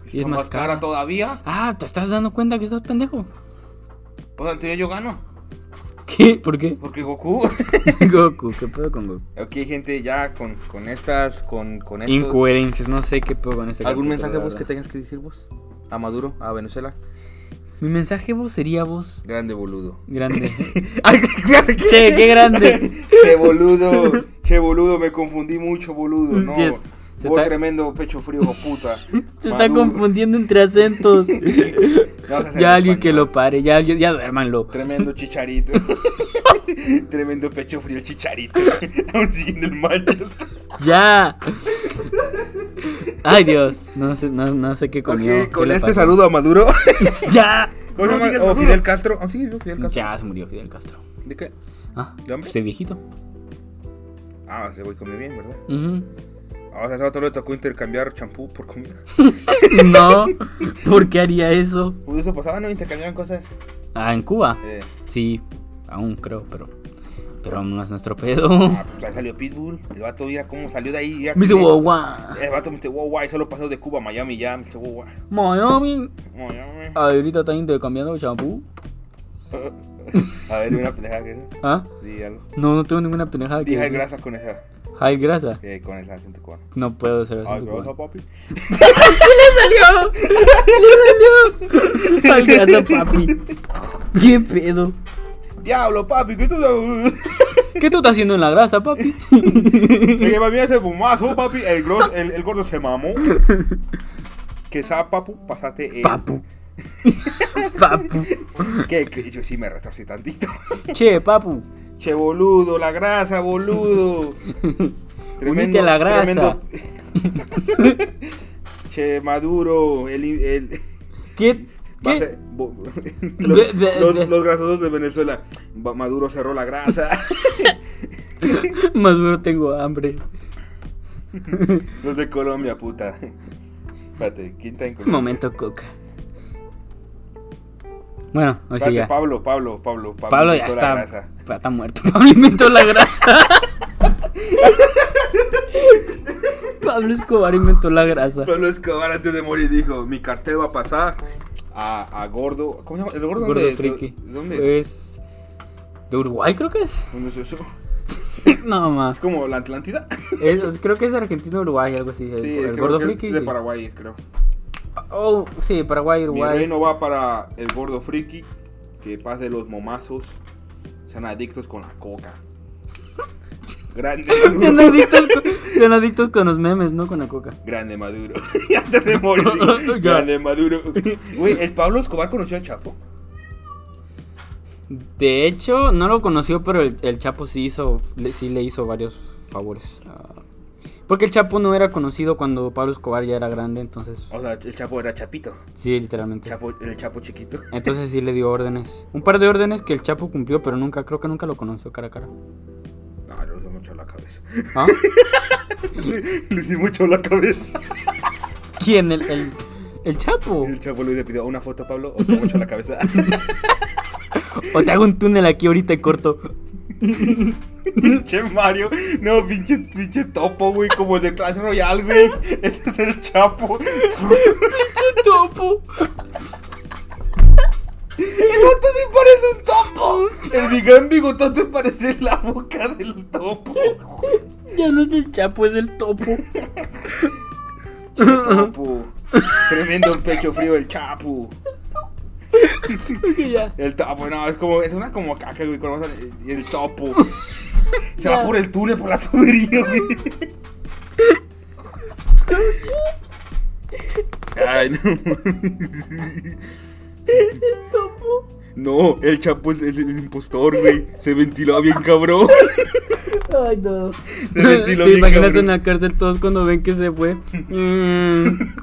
S1: Y es
S2: Está
S1: más
S2: más cara
S1: cara.
S2: todavía.
S1: Ah, ¿te estás dando cuenta que estás pendejo?
S2: O sea, entonces yo gano.
S1: ¿Qué? ¿Por qué?
S2: Porque Goku.
S1: Goku, ¿qué pedo con Goku?
S2: Ok, gente, ya con, con estas, con, con estos.
S1: Incoherencias, no sé qué puedo con este
S2: ¿Algún
S1: capítulo,
S2: mensaje
S1: la
S2: vos que
S1: verdad.
S2: tengas que decir vos? A Maduro, a Venezuela.
S1: Mi mensaje vos sería vos
S2: Grande boludo.
S1: grande. Che,
S2: che,
S1: qué grande.
S2: che, boludo. Che, boludo, me confundí mucho, boludo. No.
S1: Sí, se
S2: vos
S1: está-
S2: tremendo pecho frío, hijo puta.
S1: Se está
S2: Maduro.
S1: confundiendo entre acentos.
S2: No vas a hacer
S1: ya alguien que
S2: español.
S1: lo pare, ya alguien, ya duérmanlo.
S2: Tremendo chicharito. tremendo pecho frío el chicharito. Aún siguiendo el Manchester.
S1: Ya. Ay Dios, no sé, no, no sé qué comió.
S2: Ok,
S1: qué
S2: con
S1: le
S2: este
S1: pasó.
S2: saludo a Maduro.
S1: Ya.
S2: ¿Cómo se
S1: No
S2: llama?
S1: digas
S2: ¿O
S1: Maduro.
S2: Fidel Castro? Ah, sí, vivió Fidel Castro.
S1: Ya se murió Fidel Castro.
S2: ¿De qué?
S1: Ah,
S2: ¿De hambre?
S1: este viejito.
S2: Ah, se voy comió bien, ¿verdad?
S1: Ujú.
S2: Ah, O sea, ese vato le tocó intercambiar champú por comida.
S1: No, ¿por qué haría eso?
S2: Uy, Pues eso pasaba, ¿no? Intercambiaban cosas.
S1: Ah, en Cuba.
S2: Eh,
S1: Sí, aún creo, pero. Pero no es nuestro pedo.
S2: ah, pues ahí salió Pitbull. El vato, mira cómo salió de ahí. mira
S1: Me dice,
S2: cómo-
S1: wow, wow.
S2: El vato me dice, wow, guay, solo pasó de Cuba a Miami ya. Me dice, wow, guay.
S1: Miami.
S2: Miami.
S1: Ahorita está intercambiando champú.
S2: A ver, una pendejada que
S1: ¿Ah?
S2: Di algo.
S1: No, no tengo ninguna pendejada.
S2: Dije
S1: decir.
S2: grasas con esa.
S1: High grasa.
S2: eh, con el acento cubano.
S1: No puedo hacer eso.
S2: Ay,
S1: en
S2: bro, no,
S1: cubano.
S2: Ah, papi.
S1: ¡Salió! ¡Le salió! High grasa, papi. ¿Qué pedo?
S2: Diablo, papi, que tú.
S1: ¿Qué tú estás haciendo en la grasa, papi?
S2: Oye, papi, ese fumazo, papi. El, gros- el- el gordo se mamó. Que sa, papu, pasaste el.
S1: Papu. Papu.
S2: Que que- yo sí me retorcí tantito.
S1: Che, papu.
S2: Che, boludo, la grasa, boludo.
S1: Unite a la grasa.
S2: che, Maduro, el. el-
S1: ¿Qué?
S2: va a
S1: ¿Qué?
S2: ser- bo-
S1: De-
S2: los,
S1: de-
S2: los-
S1: de-
S2: los grasosos de Venezuela. Va- Maduro cerró la grasa.
S1: Más duro tengo hambre.
S2: los de Colombia, puta. Espérate, ¿quién está en Colombia?
S1: Momento, coca. Bueno, hoy sí
S2: Espérate,
S1: ya.
S2: Pablo, Pablo, Pablo, Pablo.
S1: Pablo ya
S2: inventó la
S1: está,
S2: grasa.
S1: pa- está muerto. Pablo inventó la grasa. Pablo Escobar inventó la grasa.
S2: Pablo Escobar antes de morir dijo, mi cartel va a pasar a, a Gordo. ¿Cómo se llama? ¿El Gordo,
S1: Gordo
S2: dónde,
S1: friki. Eh.
S2: ¿De dónde es?
S1: Es de Uruguay creo que es.
S2: ¿Dónde es eso?
S1: No
S2: ¿Es
S1: más.
S2: como la Atlántida?
S1: creo que es argentino Uruguay algo así. El, el
S2: creo
S1: gordo
S2: que
S1: friki.
S2: Es de
S1: sí.
S2: Paraguay, creo.
S1: Oh, sí, Paraguay,
S2: Mi
S1: Uruguay.
S2: reino va para el Gordo Friki, que paz de los momazos, sean adictos con la coca. Grande
S1: Sean
S2: Maduro.
S1: adictos, con, sean adictos con los memes, no con la coca.
S2: Grande Maduro. ya te se murió.
S1: Ya.
S2: Grande Maduro. Güey, ¿el Pablo Escobar conoció al Chapo?
S1: De hecho, no lo conoció, pero el, el Chapo sí hizo, le- sí le hizo varios favores. ah, porque el Chapo no era conocido cuando Pablo Escobar ya era grande, entonces
S2: O sea, el Chapo era Chapito.
S1: sí, literalmente.
S2: Chapo, el Chapo chiquito.
S1: Entonces sí le dio órdenes. Un par de órdenes que el Chapo cumplió, pero nunca, creo que nunca lo conoció cara a cara.
S2: No, Ah, le dio mucho la cabeza.
S1: ¿Ah?
S2: le dio mucho la cabeza.
S1: ¿Quién? El, el, el Chapo.
S2: El Chapo Luis le pidió una foto a Pablo, o te mucho la cabeza.
S1: O te hago un túnel aquí ahorita y corto.
S2: pinche Mario, no, pinche, pinche topo, güey, como el de Clash Royale, güey. Este es el Chapo.
S1: ¡Pinche topo!
S2: El gato sí parece un topo. El bigán bigotote parece la boca del topo.
S1: Ya no es el Chapo, es el topo.
S2: Pinche topo. Tremendo un pecho frío el Chapo.
S1: Que ya.
S2: El topo, no, es como, es una como caca, güey, cuando vas al- el topo. Se
S1: Ya.
S2: va por el túnel, por la tubería, güey. Ay, no.
S1: El topo.
S2: No, el Chapo es el, el impostor, güey. Se ventiló bien cabrón.
S1: Ay, no.
S2: Te ventiló
S1: ¿Te
S2: bien,
S1: imaginas
S2: cabrón.
S1: en la cárcel todos cuando ven que se fue? Mm.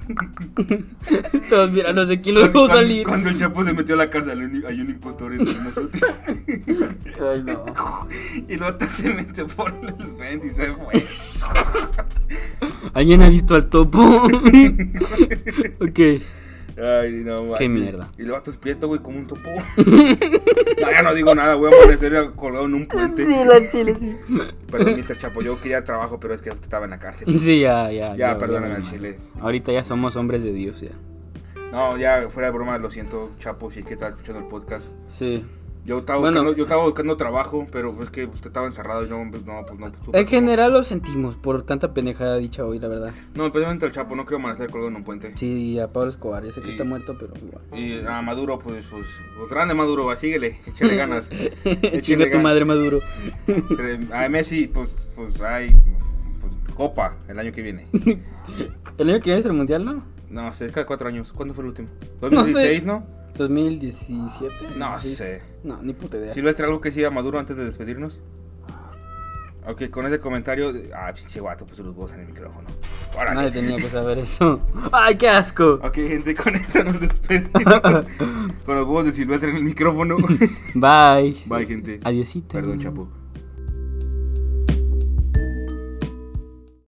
S1: todos mira, no sé quién lo dejó salir.
S2: Cuando el Chapo se metió a la cárcel, hay un- hay un impostor entre nosotros.
S1: Ay, no.
S2: Y el otro se metió por el vent y se fue.
S1: ¿Alguien ha visto al topo? ok.
S2: Ay, no, güey.
S1: Qué mierda.
S2: Y el vato es prieto, güey, como un topo. no, ya no digo nada, voy a amanecer colgado en un puente.
S1: la chile, sí.
S2: Perdón, Mr. Chapo, yo quería trabajo, pero es que estaba en la cárcel.
S1: Sí, ya, ya.
S2: Ya, perdóname al
S1: ya.
S2: chile.
S1: Ahorita ya somos hombres de Dios, ya.
S2: No, ya, fuera de broma, lo siento, Chapo, si es que estás escuchando el podcast.
S1: Sí.
S2: Yo estaba,
S1: Bueno.
S2: buscando, yo estaba buscando trabajo, pero es que usted estaba encerrado y yo no, pues, no, pues no. pues,
S1: En general lo sentimos por tanta pendejada dicha hoy, la verdad.
S2: No, especialmente el Chapo, no quiero amanecer colgado en un puente.
S1: Sí, y a Pablo Escobar, ya sé que
S2: Y-
S1: está muerto, pero igual.
S2: Y a Maduro, pues, pues, pues, grande Maduro, va, síguele, échale ganas. Échale
S1: Chinga tu
S2: ganas.
S1: madre Maduro.
S2: Tre- A Messi, pues, pues, ay, pues, copa el año que viene.
S1: El año que viene es el mundial, ¿no?
S2: No sé, es cada cuatro años. ¿Cuándo fue el último?
S1: sé.
S2: ¿2016, no?
S1: 2017.
S2: No
S1: 16.
S2: sé.
S1: No, ni puta idea.
S2: Silvestre, algo que siga Maduro antes de despedirnos. Ok, con ese comentario. de- Ah, pinche guato, pues los huevos en el micrófono. Órale.
S1: Nadie tenía que saber eso. ¡Ay, qué asco!
S2: Ok, gente, con eso nos despedimos. con los huevos de Silvestre en el micrófono.
S1: Bye.
S2: Bye, gente.
S1: Adiósito.
S2: Perdón, chapo.